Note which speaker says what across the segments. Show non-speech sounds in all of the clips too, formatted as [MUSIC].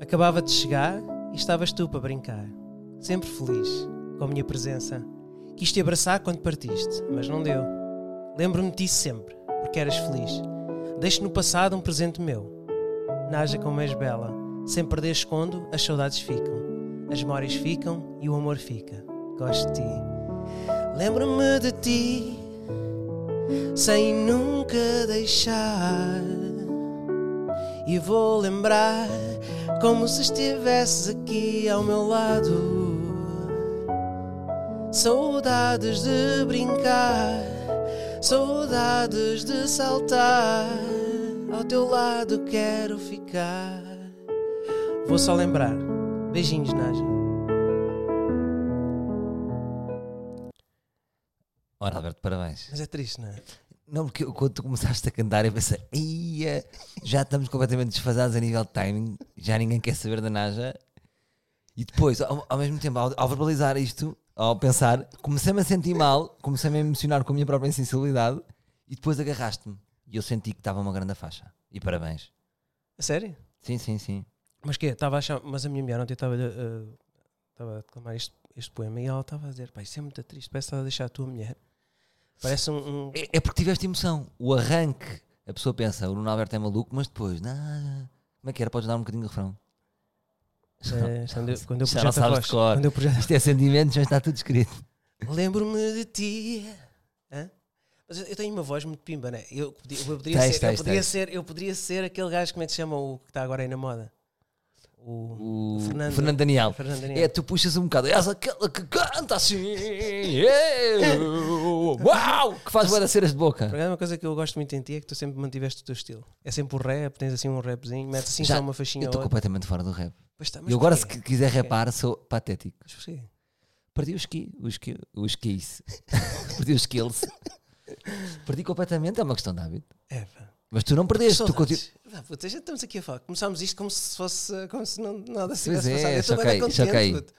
Speaker 1: Acabava de chegar e estavas tu para brincar, sempre feliz, com a minha presença. Quis te abraçar quando partiste, mas não deu. Lembro-me de ti sempre, porque eras feliz. Deixo no passado um presente meu. Naja como és bela, sem perder escondo, as saudades ficam. As memórias ficam e o amor fica. Gosto de ti. Lembro-me de ti, sem nunca deixar. E vou lembrar como se estivesses aqui ao meu lado. Saudades de brincar, saudades de saltar. Ao teu lado quero ficar. Vou só lembrar. Beijinhos, Naja.
Speaker 2: Ora, Alberto, parabéns.
Speaker 1: Mas é triste, não é?
Speaker 2: Não, porque eu, quando tu começaste a cantar, eu pensei, "Ia, já estamos completamente desfasados a nível de timing, já ninguém quer saber da Naja. E depois, ao, ao mesmo tempo, ao, ao verbalizar isto, ao pensar, comecei-me a sentir mal, comecei-me a emocionar com a minha própria insensibilidade e depois agarraste-me. E eu senti que estava uma grande faixa. E parabéns.
Speaker 1: A sério?
Speaker 2: Sim, sim, sim.
Speaker 1: Mas que estava a achar, mas a minha mulher ontem estava uh, estava a declamar este, este poema e ela estava a dizer, pá, isso é muito triste, parece que estás a deixar a tua mulher. Parece
Speaker 2: [LAUGHS]
Speaker 1: um, um-
Speaker 2: É, é porque tiveste emoção. O arranque, a pessoa pensa, o Nuno Alberto é maluco, mas depois, nada. Como é que era? Podes dar um bocadinho de refrão.
Speaker 1: eh, quando eu- quando eu
Speaker 2: Já não
Speaker 1: projeto a
Speaker 2: sabes
Speaker 1: voz,
Speaker 2: de cor.
Speaker 1: quando eu projeto-
Speaker 2: Isto é sentimento, já está tudo escrito.
Speaker 1: Lembro-me de ti. Hã? Mas eu- eu tenho uma voz muito pimba, né? Eu, podia- eu poderia,
Speaker 2: Tens,
Speaker 1: ser, eu
Speaker 2: tens,
Speaker 1: poderia
Speaker 2: tens.
Speaker 1: ser, eu poderia ser aquele gajo como é que se chama o que está agora aí na moda. O,
Speaker 2: O
Speaker 1: Fernando-
Speaker 2: Fernando, Daniel.
Speaker 1: Fernando Daniel.
Speaker 2: É, tu puxas um bocado. És aquela que canta assim. eu, Uau! Que faz boas ceras de boca.
Speaker 1: Por acaso, uma coisa que eu gosto muito em ti é que tu sempre mantiveste o teu estilo. É sempre o rap, tens assim um rapzinho, metes assim
Speaker 2: Já-
Speaker 1: só uma faixinha
Speaker 2: Eu estou
Speaker 1: ou outra.
Speaker 2: completamente fora do rap.
Speaker 1: Pois tá,
Speaker 2: e agora, se
Speaker 1: porquê?
Speaker 2: qui- quiser rapar, sou patético.
Speaker 1: Mas porquê?
Speaker 2: Perdi os skills. Os, esqui, os skis. [LAUGHS] Perdi os skills. Perdi completamente, é uma questão de hábito.
Speaker 1: É, pá.
Speaker 2: Mas tu não perdeste. Tu continu...
Speaker 1: Saudades. Vá, puta, já estamos aqui a falar. Começámos isto como se fosse como se não, nada se
Speaker 2: Pois
Speaker 1: tivesse
Speaker 2: é,
Speaker 1: passado. Eu estou
Speaker 2: já
Speaker 1: bem
Speaker 2: caí, já
Speaker 1: contente.
Speaker 2: caí.
Speaker 1: puto.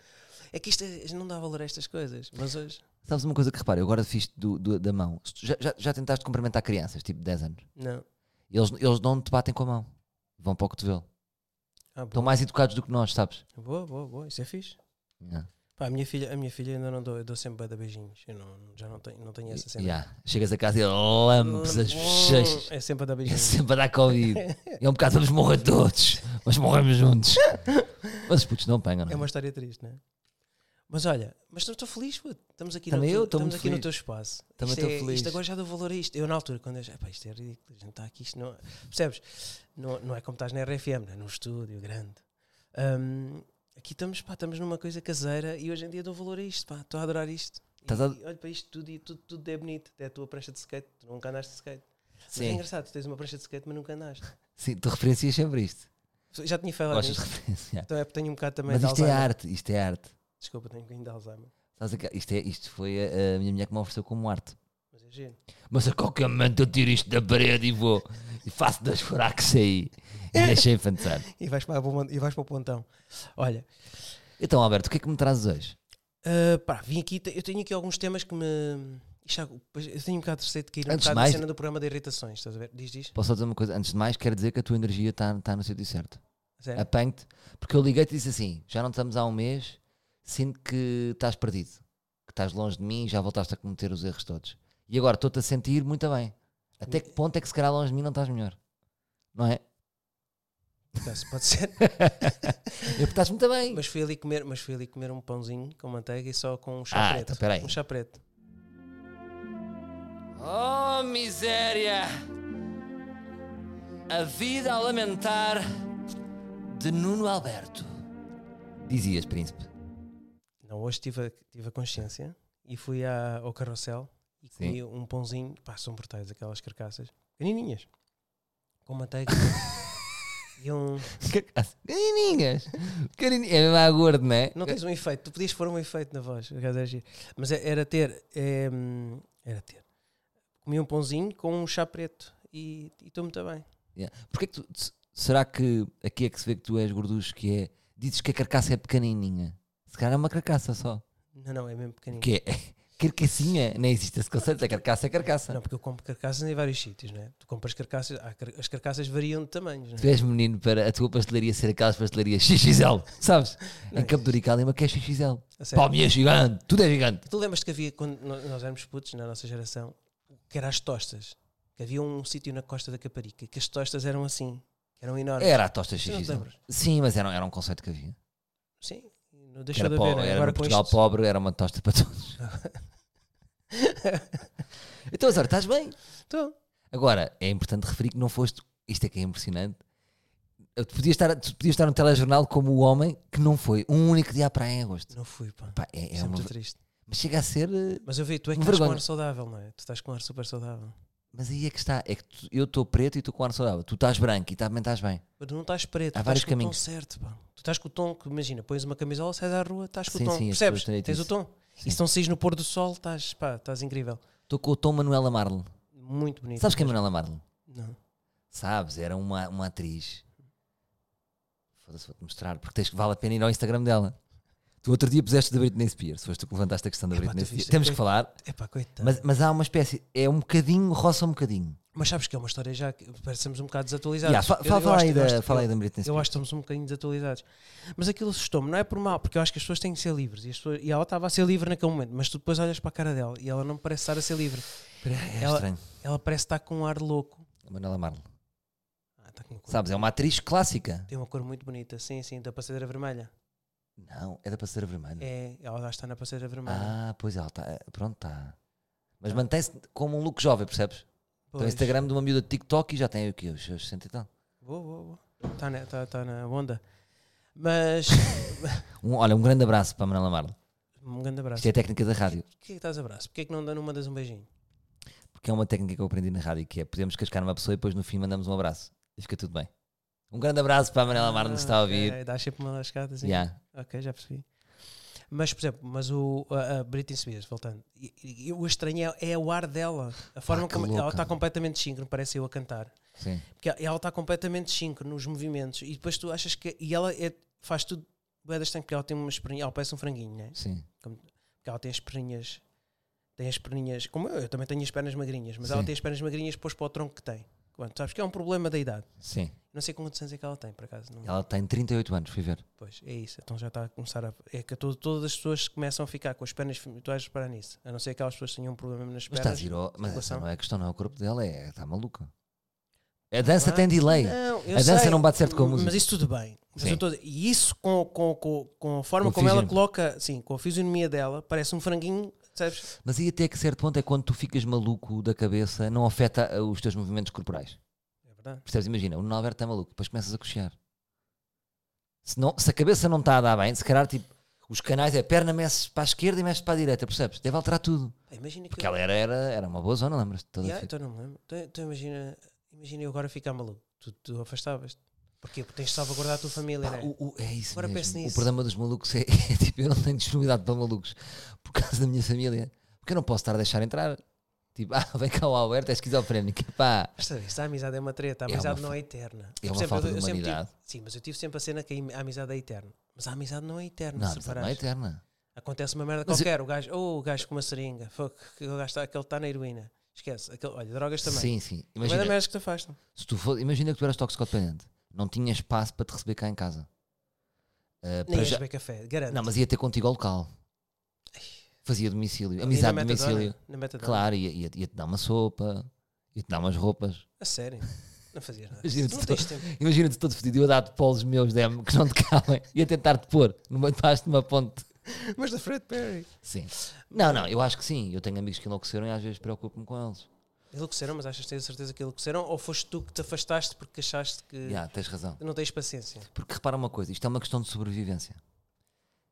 Speaker 1: É que isto é- não dá valor a estas coisas, mas hoje
Speaker 2: Sabes uma coisa que repara? Eu agora fiz do, do- da mão. Se tu Já, já, já tentaste cumprimentar crianças, tipo 10 anos.
Speaker 1: não.
Speaker 2: Eles, eles não te batem com a mão. Vão para o cotovelo.
Speaker 1: Ah, boa.
Speaker 2: Estão mais educados do que nós, sabes?
Speaker 1: boa, boa, boa, isso é fixe.
Speaker 2: Yeah.
Speaker 1: Pá, a minha filha, a minha filha ainda não dou, eu dou sempre bada beijinhos. Eu não, já não tenho, não tenho essa cena. Hum,
Speaker 2: Yeah. Chegas a casa e lambes as bochechas.
Speaker 1: É sempre a dar
Speaker 2: É
Speaker 1: beijinhos.
Speaker 2: sempre a dar Covid. É um bocado, vamos morrer todos. Mas morremos juntos. Mas os putos não apanham, não
Speaker 1: É
Speaker 2: é?
Speaker 1: uma história triste, não é? Mas olha, mas estou- estou feliz, puto. estamos aqui,
Speaker 2: Também
Speaker 1: no,
Speaker 2: eu
Speaker 1: teu-
Speaker 2: estou
Speaker 1: estamos
Speaker 2: muito
Speaker 1: aqui no
Speaker 2: feliz.
Speaker 1: teu espaço.
Speaker 2: Também
Speaker 1: isto
Speaker 2: estou
Speaker 1: é-
Speaker 2: feliz.
Speaker 1: Isto agora já dou valor a isto. Eu na altura, quando eu já, "Epá, isto é ridículo, a gente está aqui, isto não. Percebes? Não, não é como estás na RFM, não é? num estúdio grande. Ahm, aqui estamos, pá, estamos numa coisa caseira e hoje em dia dou valor a isto, pá, estou a adorar isto. E,
Speaker 2: Estás a-
Speaker 1: e olho para isto tudo e tudo, tudo é bonito. Até a tua prancha de skate, tu nunca andaste de skate. Mas é
Speaker 2: Sim.
Speaker 1: engraçado, tu tens uma prancha de skate, mas nunca andaste.
Speaker 2: Sim, tu referencias sempre isto.
Speaker 1: Já tinha falado
Speaker 2: Gostas de
Speaker 1: disto.
Speaker 2: referenciar.
Speaker 1: Então é porque tenho um bocado também
Speaker 2: Mas
Speaker 1: de
Speaker 2: isto é
Speaker 1: Alzheimer.
Speaker 2: arte, isto é arte.
Speaker 1: Desculpa, tenho um bocadinho de Alzheimer.
Speaker 2: Sabes aquela- Isto, é, isto foi a, a minha mulher que me ofereceu como arte.
Speaker 1: Mas é giro.
Speaker 2: Mas a qualquer momento eu tiro isto da parede e vou e faço dois buracos aí.
Speaker 1: [LAUGHS]
Speaker 2: E deixei fantástico.
Speaker 1: E vais, para a Pomon- e vais para o pontão. Olha,
Speaker 2: Então, Alberto, o que é que me trazes hoje?
Speaker 1: ah, pá, vim aqui, te- eu tenho aqui alguns temas que me. Isto, há- pois, eu tenho um bocado de receio de cair um
Speaker 2: Antes de
Speaker 1: bocado
Speaker 2: mais-
Speaker 1: na cena do programa de irritações, estás a ver? Diz, diz.
Speaker 2: Posso só dizer uma coisa? Antes de mais, quero dizer que a tua energia está está no sítio certo.
Speaker 1: A sério?
Speaker 2: apanho-te, porque eu liguei-te e disse assim: já não estamos há um mês, sinto que estás perdido, que estás longe de mim, já voltaste a cometer os erros todos. E agora estou-te a sentir muito bem. Até que ponto é que se calhar longe de mim não estás melhor? Não é? [LAUGHS]
Speaker 1: Tá, se Pode ser. [LAUGHS]
Speaker 2: É porque estás muito bem.
Speaker 1: mas, fui ali comer, mas fui ali comer um pãozinho com manteiga e só com um chá
Speaker 2: Ah,
Speaker 1: preto.
Speaker 2: então peraí.
Speaker 1: Um chá preto.
Speaker 2: Oh, miséria! A vida a lamentar de Nuno Alberto. Dizias, príncipe.
Speaker 1: Não, hoje tive a, tive a consciência e fui à- ao carrossel e
Speaker 2: Sim.
Speaker 1: comi um pãozinho. Pá, são brutais aquelas carcaças. Pequenininhas. Com
Speaker 2: [LAUGHS]
Speaker 1: manteiga. e um.
Speaker 2: Carininhas! Carininhas! É mesmo à gordo, não é?
Speaker 1: Não tens um efeito, tu podias pôr um efeito na voz, por acaso era giro. mas é- era ter, eh, hum, era ter. Comi um pãozinho com um chá preto e e estou muito bem.
Speaker 2: Yeah. Porque é que tu, se- será que aqui é que se vê que tu és gorducho que é. Dizes que a carcaça é pequenininha. Se calhar é uma carcaça só.
Speaker 1: Não, não, é mesmo pequenino.
Speaker 2: Que é, [LAUGHS] carcassinha, nem existe esse conceito, é carcaça, é carcaça.
Speaker 1: Não, porque eu compro carcaças em vários sítios, não é? Tu compras carcaças, há car- as carcaças variam de tamanhos, não é?
Speaker 2: Tu és menino para a tua pastelaria ser aquelas pastelarias XXL, sabes? Em Campo de Urical é uma que é XXL.
Speaker 1: é? A sério.
Speaker 2: Palminha gigante, tudo é gigante.
Speaker 1: Tu lembras-te que havia, quando no- nós éramos putos, na nossa geração, que era as tostas? Que havia um sítio na costa da Caparica, que as tostas eram assim, que eram enormes.
Speaker 2: Era a tosta
Speaker 1: Tu não te
Speaker 2: XXL.
Speaker 1: lembras?
Speaker 2: Sim, mas era, era um conceito que havia.
Speaker 1: Sim, não
Speaker 2: Que
Speaker 1: deixou
Speaker 2: era
Speaker 1: de
Speaker 2: po-
Speaker 1: haver. né?
Speaker 2: era
Speaker 1: Agora
Speaker 2: no
Speaker 1: com
Speaker 2: Portugal
Speaker 1: isto,
Speaker 2: pobre, era uma tosta
Speaker 1: [LAUGHS]
Speaker 2: para todos. então, Azar, estás bem?
Speaker 1: Tô.
Speaker 2: Agora, é importante referir que não foste. Isto é que é impressionante. Eu- Tu podias estar, tu podias estar no telejornal como o homem que não foi um único dia à praia em agosto.
Speaker 1: não fui, pá.
Speaker 2: Pá, é- é
Speaker 1: Isso é
Speaker 2: uma
Speaker 1: muito
Speaker 2: ver-
Speaker 1: triste.
Speaker 2: Mas chega a ser. eh,
Speaker 1: Mas eu vi, tu é que
Speaker 2: Uma
Speaker 1: estás com
Speaker 2: vergonha.
Speaker 1: ar saudável, não é? Tu estás com ar super saudável.
Speaker 2: Mas aí é que está. É que tu- eu estou preto e estou com ar saudável. Tu estás branco e também estás bem.
Speaker 1: Mas tu não estás preto,
Speaker 2: Há
Speaker 1: tu
Speaker 2: vários
Speaker 1: estás com o
Speaker 2: caminhos.
Speaker 1: tom certo, pá. Tu estás com o tom que, imagina, pões uma camisola, sais à rua, estás com
Speaker 2: Sim,
Speaker 1: o tom.
Speaker 2: sim, as
Speaker 1: Percebes?
Speaker 2: pessoas têm dito
Speaker 1: Tens o
Speaker 2: isso.
Speaker 1: tom. E se não saís no pôr do sol, estás, pá, estás incrível.
Speaker 2: Estou com o Tom Manuela Marlon.
Speaker 1: Muito bonito.
Speaker 2: Sabes quem é Manuela Marlon?
Speaker 1: Não.
Speaker 2: Sabes? Era uma, uma atriz. Foda-se, vou-te mostrar, porque tens, vale a pena ir ao Instagram dela. Tu outro dia puseste da Britney Spears, foste tu que levantaste a questão da
Speaker 1: Epá,
Speaker 2: Britney
Speaker 1: tu
Speaker 2: Spears.
Speaker 1: viste,
Speaker 2: Temos
Speaker 1: foi-
Speaker 2: que falar,
Speaker 1: É pá, coitado.
Speaker 2: mas, mas há uma espécie, é um bocadinho, roça um bocadinho.
Speaker 1: Mas sabes que é uma história já que parecemos um bocado desatualizados.
Speaker 2: Yeah, fa-
Speaker 1: Eu-
Speaker 2: fa-
Speaker 1: eu
Speaker 2: fala
Speaker 1: acho-
Speaker 2: aí
Speaker 1: eu
Speaker 2: da-
Speaker 1: acho-
Speaker 2: fala aí
Speaker 1: eu-
Speaker 2: da Britney
Speaker 1: Eu
Speaker 2: Spears.
Speaker 1: acho que estamos um bocadinho desatualizados. Mas aquilo assustou-me, não é por mal, porque eu acho que as pessoas têm que ser livres. E, as pessoas- e ela estava a ser livre naquele momento, mas tu depois olhas para a cara dela e ela não parece estar a ser livre.
Speaker 2: É
Speaker 1: Ela-
Speaker 2: estranho.
Speaker 1: Ela parece estar com um ar louco.
Speaker 2: A Manuela Marlon.
Speaker 1: Ah, está com uma cor-
Speaker 2: Sabes? É uma atriz clássica.
Speaker 1: Tem uma cor muito bonita, sim, sim, da passadeira vermelha.
Speaker 2: Não, é da Passeira Vermelha.
Speaker 1: É, ela já está na passadeira vermelha.
Speaker 2: Ah, pois ela está. Pronto, está. Mas mantém-se como um look jovem, percebes? Tem o
Speaker 1: Tá. Pois.
Speaker 2: então Instagram de uma miúda de TikTok e já tem o quê? Os seus 60 e tal.
Speaker 1: Boa, boa, boa. Está na, tá- tá na onda. Mas,
Speaker 2: [LAUGHS] Um- olha, um grande abraço para a Manuela Marlon.
Speaker 1: um grande abraço.
Speaker 2: Isto é a técnica da rádio.
Speaker 1: Porquê que estás abraço? Porquê que não, não mandas um beijinho?
Speaker 2: Porque é uma técnica que eu aprendi na rádio, que é podemos cascar uma pessoa e depois no fim mandamos um abraço. E fica tudo bem. Um grande abraço para a Manuela Marlon que está a ouvir.
Speaker 1: Ah, Ok, dá sempre uma lascada, assim.
Speaker 2: Yeah.
Speaker 1: Ok, já percebi. Mas, por exemplo, mas o, a, a Britney Spears, voltando, e- e- eu estranho é, é o ar dela. A forma
Speaker 2: Ah, que
Speaker 1: como ela
Speaker 2: louca.
Speaker 1: está completamente síncrona, parece eu a cantar.
Speaker 2: Sim.
Speaker 1: Porque ela está completamente síncrona nos movimentos e depois tu achas que. E ela é- faz tudo. Boedas tem porque ela tem uma espinha, ela parece um franguinho, né?
Speaker 2: Sim.
Speaker 1: Porque ela tem as perninhas. Tem as perninhas. Como eu, eu também tenho as pernas magrinhas, mas ela
Speaker 2: Sim.
Speaker 1: tem as pernas magrinhas depois para o tronco que tem. Quanto? Sabes que é um problema da idade.
Speaker 2: Sim.
Speaker 1: Não sei quantos anos é que ela tem, por acaso. Não,
Speaker 2: Ela tem 38 anos, fui ver.
Speaker 1: Pois, é isso. Então já está a começar a. É que to- todas as pessoas começam a ficar com as pernas. fem- Tu vais reparar nisso. A não ser que aquelas pessoas que tenham um problema nas
Speaker 2: Mas
Speaker 1: pernas.
Speaker 2: está a ao... Mas essa
Speaker 1: circulação.
Speaker 2: não é a questão, não é o corpo dela, é. Está maluca. A dança tem delay.
Speaker 1: Não, eu
Speaker 2: A dança
Speaker 1: sei,
Speaker 2: não bate certo com a
Speaker 1: Mas
Speaker 2: música.
Speaker 1: isso tudo bem. Mas
Speaker 2: Sim.
Speaker 1: eu tô- e isso com, com, com, com a forma
Speaker 2: Com a
Speaker 1: como ela
Speaker 2: fisionomia.
Speaker 1: coloca, sim, com a fisionomia dela, parece um franguinho, sabes?
Speaker 2: Mas aí até que certo ponto é quando tu ficas maluco da cabeça, não afeta ah, os teus movimentos corporais.
Speaker 1: É verdade.
Speaker 2: Percebes? Imagina, o Nuno Alberto está maluco, depois começas a coxear. Se, não, se a cabeça não está a dar bem, se calhar tipo, os canais é perna mexe para a esquerda e mexe para a direita, percebes? Deve alterar tudo.
Speaker 1: Pá, Imagina que.
Speaker 2: Porque
Speaker 1: eu-
Speaker 2: ela é era, era, era uma boa zona, lembras-te? Toda
Speaker 1: Yeah,
Speaker 2: fit.
Speaker 1: então não me lembro. Então, então imagina, imagina eu agora ficar maluco. Tu, tu afastavas-te. Porquê? Porque tens de salvaguardar a tua família,
Speaker 2: Pá,
Speaker 1: né?
Speaker 2: o- o- é isso
Speaker 1: Agora
Speaker 2: mesmo.
Speaker 1: penso
Speaker 2: O
Speaker 1: nisso.
Speaker 2: problema dos malucos é, [LAUGHS] é, tipo, eu não tenho disponibilidade para malucos por causa da minha família. Porque eu não posso estar a deixar entrar. Tipo, [LAUGHS] ah, vem cá o Alberto, é esquizofrénico. Pá,
Speaker 1: Mas sabe, isso, a amizade é uma treta, a
Speaker 2: É uma
Speaker 1: amizade
Speaker 2: fa-
Speaker 1: não é eterna.
Speaker 2: é
Speaker 1: Por
Speaker 2: uma
Speaker 1: exemplo,
Speaker 2: falta
Speaker 1: eu-
Speaker 2: de
Speaker 1: eu sempre tive-
Speaker 2: humanidade.
Speaker 1: sim, mas eu tive sempre a cena que a amizade é eterna. Mas a amizade não é eterna,
Speaker 2: Não, a
Speaker 1: se
Speaker 2: amizade não é
Speaker 1: reparares.
Speaker 2: eterna.
Speaker 1: Acontece uma merda
Speaker 2: Mas eu-
Speaker 1: qualquer, o gajo, oh, o gajo com uma seringa, fuck, que o gajo tá- aquele está na heroína. Esquece, aquele, olha, drogas também.
Speaker 2: Sim, sim.
Speaker 1: Mas é
Speaker 2: Imagina,
Speaker 1: merdas que te afastam.
Speaker 2: Se tu fo- imagina que tu eras toxicodependente, não tinha espaço para te receber cá em casa. Ah, para
Speaker 1: Nem ias
Speaker 2: já-
Speaker 1: beber café, garanto.
Speaker 2: Não, mas ia ter contigo ao local. Fazia domicílio,
Speaker 1: E
Speaker 2: amizade de
Speaker 1: metadona,
Speaker 2: domicílio.
Speaker 1: Na metadona.
Speaker 2: Claro, ia- ia- ia-te dar uma sopa, ia-te dar umas roupas.
Speaker 1: A sério. Não fazias nada.
Speaker 2: Imagina-te
Speaker 1: não tens tempo.
Speaker 2: [LAUGHS] Imagina-te todo fedido, eu a dar-te polos meus demo que não te [LAUGHS] cabem, ia tentar-te pôr numa- debaixo de uma ponte.
Speaker 1: Mas da Fred Perry.
Speaker 2: Sim. Não, não, eu acho que sim. Eu tenho amigos que enlouqueceram e às vezes preocupo-me com eles.
Speaker 1: Enlouqueceram, mas achas que tens a certeza que enlouqueceram? Ou foste tu que te afastaste porque achaste que
Speaker 2: Yeah, tens razão.
Speaker 1: não tens paciência?
Speaker 2: Porque repara uma coisa, isto é uma questão de sobrevivência.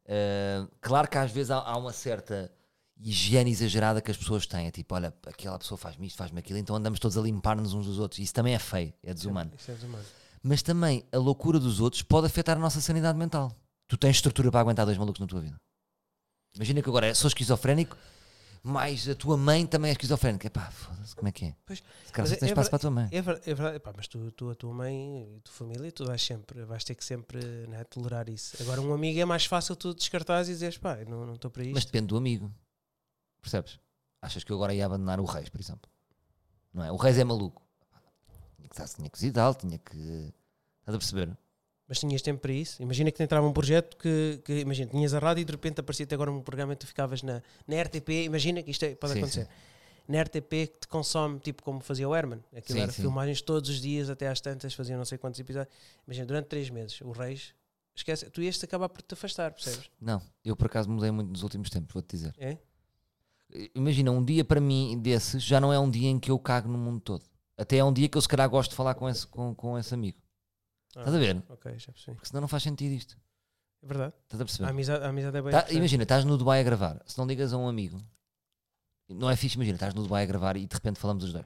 Speaker 2: Uh, claro que às vezes há, há uma certa higiene exagerada que as pessoas têm. É tipo, olha, aquela pessoa faz-me isto, faz-me aquilo, então andamos todos a limpar-nos uns dos outros. Isso também é feio, é desumano.
Speaker 1: Isso é desumano.
Speaker 2: Mas também a loucura dos outros pode afetar a nossa sanidade mental. Tu tens estrutura para aguentar dois malucos na tua vida. Imagina que agora sou esquizofrénico, mas a tua mãe também é esquizofrénica. Epá, foda-se, como é que é?
Speaker 1: Pois,
Speaker 2: Se
Speaker 1: mas
Speaker 2: calhar só
Speaker 1: é-
Speaker 2: tens
Speaker 1: é
Speaker 2: espaço
Speaker 1: ver-
Speaker 2: para a tua mãe.
Speaker 1: É verdade, é verdade. Epá, mas tu, tu, a tua mãe, a tua família, tu vais sempre, vais ter que sempre né, tolerar isso. Agora, um amigo é mais fácil tu descartares e dizeres, pá, eu não estou para isto.
Speaker 2: Mas depende do amigo. Percebes? Achas que eu agora ia abandonar o Reis, por exemplo? Não é? O Reis é maluco. Tinha que, estar- tinha que visitar, tinha que. Estás a perceber?
Speaker 1: Mas tinhas tempo para isso? Imagina que te entrava um projeto que, que- imagina, tinhas a rádio e de repente aparecia-te agora um programa e tu ficavas na, na RTP, imagina que isto é- pode
Speaker 2: Sim,
Speaker 1: acontecer.
Speaker 2: sim.
Speaker 1: Na RTP que te consome, tipo como fazia o Herman, aquilo
Speaker 2: Sim,
Speaker 1: era
Speaker 2: sim.
Speaker 1: filmagens todos os dias, até às tantas, faziam não sei quantos episódios. Imagina, durante três meses, o Reis, esquece, tu ias-te acabar por te afastar, percebes?
Speaker 2: Não, eu por acaso mudei muito nos últimos tempos, vou-te dizer.
Speaker 1: É?
Speaker 2: Imagina, um dia para mim desses já não é um dia em que eu cago no mundo todo. Até é um dia que eu se calhar gosto de falar com esse, com, com esse amigo.
Speaker 1: Ah,
Speaker 2: Estás a ver?
Speaker 1: Ok, já percebi.
Speaker 2: Porque senão não faz sentido isto.
Speaker 1: É verdade.
Speaker 2: Estás a
Speaker 1: A
Speaker 2: perceber?
Speaker 1: amizade, a amizade é bem.
Speaker 2: Tá-
Speaker 1: importante.
Speaker 2: imagina, estás no Dubai a gravar. Se não ligas a um amigo, não é fixe. Imagina, estás no Dubai a gravar e de repente falamos os dois.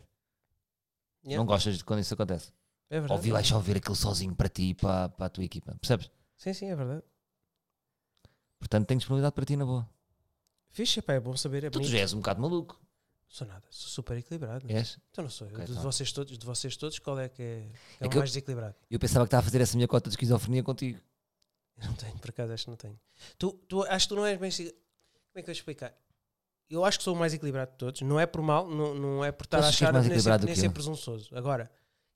Speaker 1: Yeah,
Speaker 2: Não gostas de quando isso acontece.
Speaker 1: é verdade.
Speaker 2: Ou vi lá chover aquilo sozinho para ti e para, para a tua equipa. Percebes?
Speaker 1: Sim, sim, é verdade.
Speaker 2: Portanto, tenho disponibilidade para ti na boa.
Speaker 1: Fixe, pá, é bom saber. É
Speaker 2: Tu, tu
Speaker 1: bonito.
Speaker 2: já és um bocado maluco.
Speaker 1: Sou nada, sou super equilibrado. né?
Speaker 2: És?
Speaker 1: Então não sou eu.
Speaker 2: Ok,
Speaker 1: de,
Speaker 2: tá.
Speaker 1: vocês todos, de vocês todos, qual é que é, que é
Speaker 2: É
Speaker 1: o
Speaker 2: que eu-
Speaker 1: mais desequilibrado?
Speaker 2: Eu pensava que estava a fazer essa minha cota de esquizofrenia contigo.
Speaker 1: Eu não tenho, por acaso acho que não tenho. Tu, tu acho que tu não és bem. segui- Como é que eu ia explicar? Eu acho que sou o mais equilibrado de todos. Não é por mal, não, não é por estar a
Speaker 2: Tu achas que és
Speaker 1: achar
Speaker 2: mais
Speaker 1: nem ser,
Speaker 2: equilibrado do
Speaker 1: nem
Speaker 2: que
Speaker 1: ser
Speaker 2: eu?
Speaker 1: presunçoso. Agora,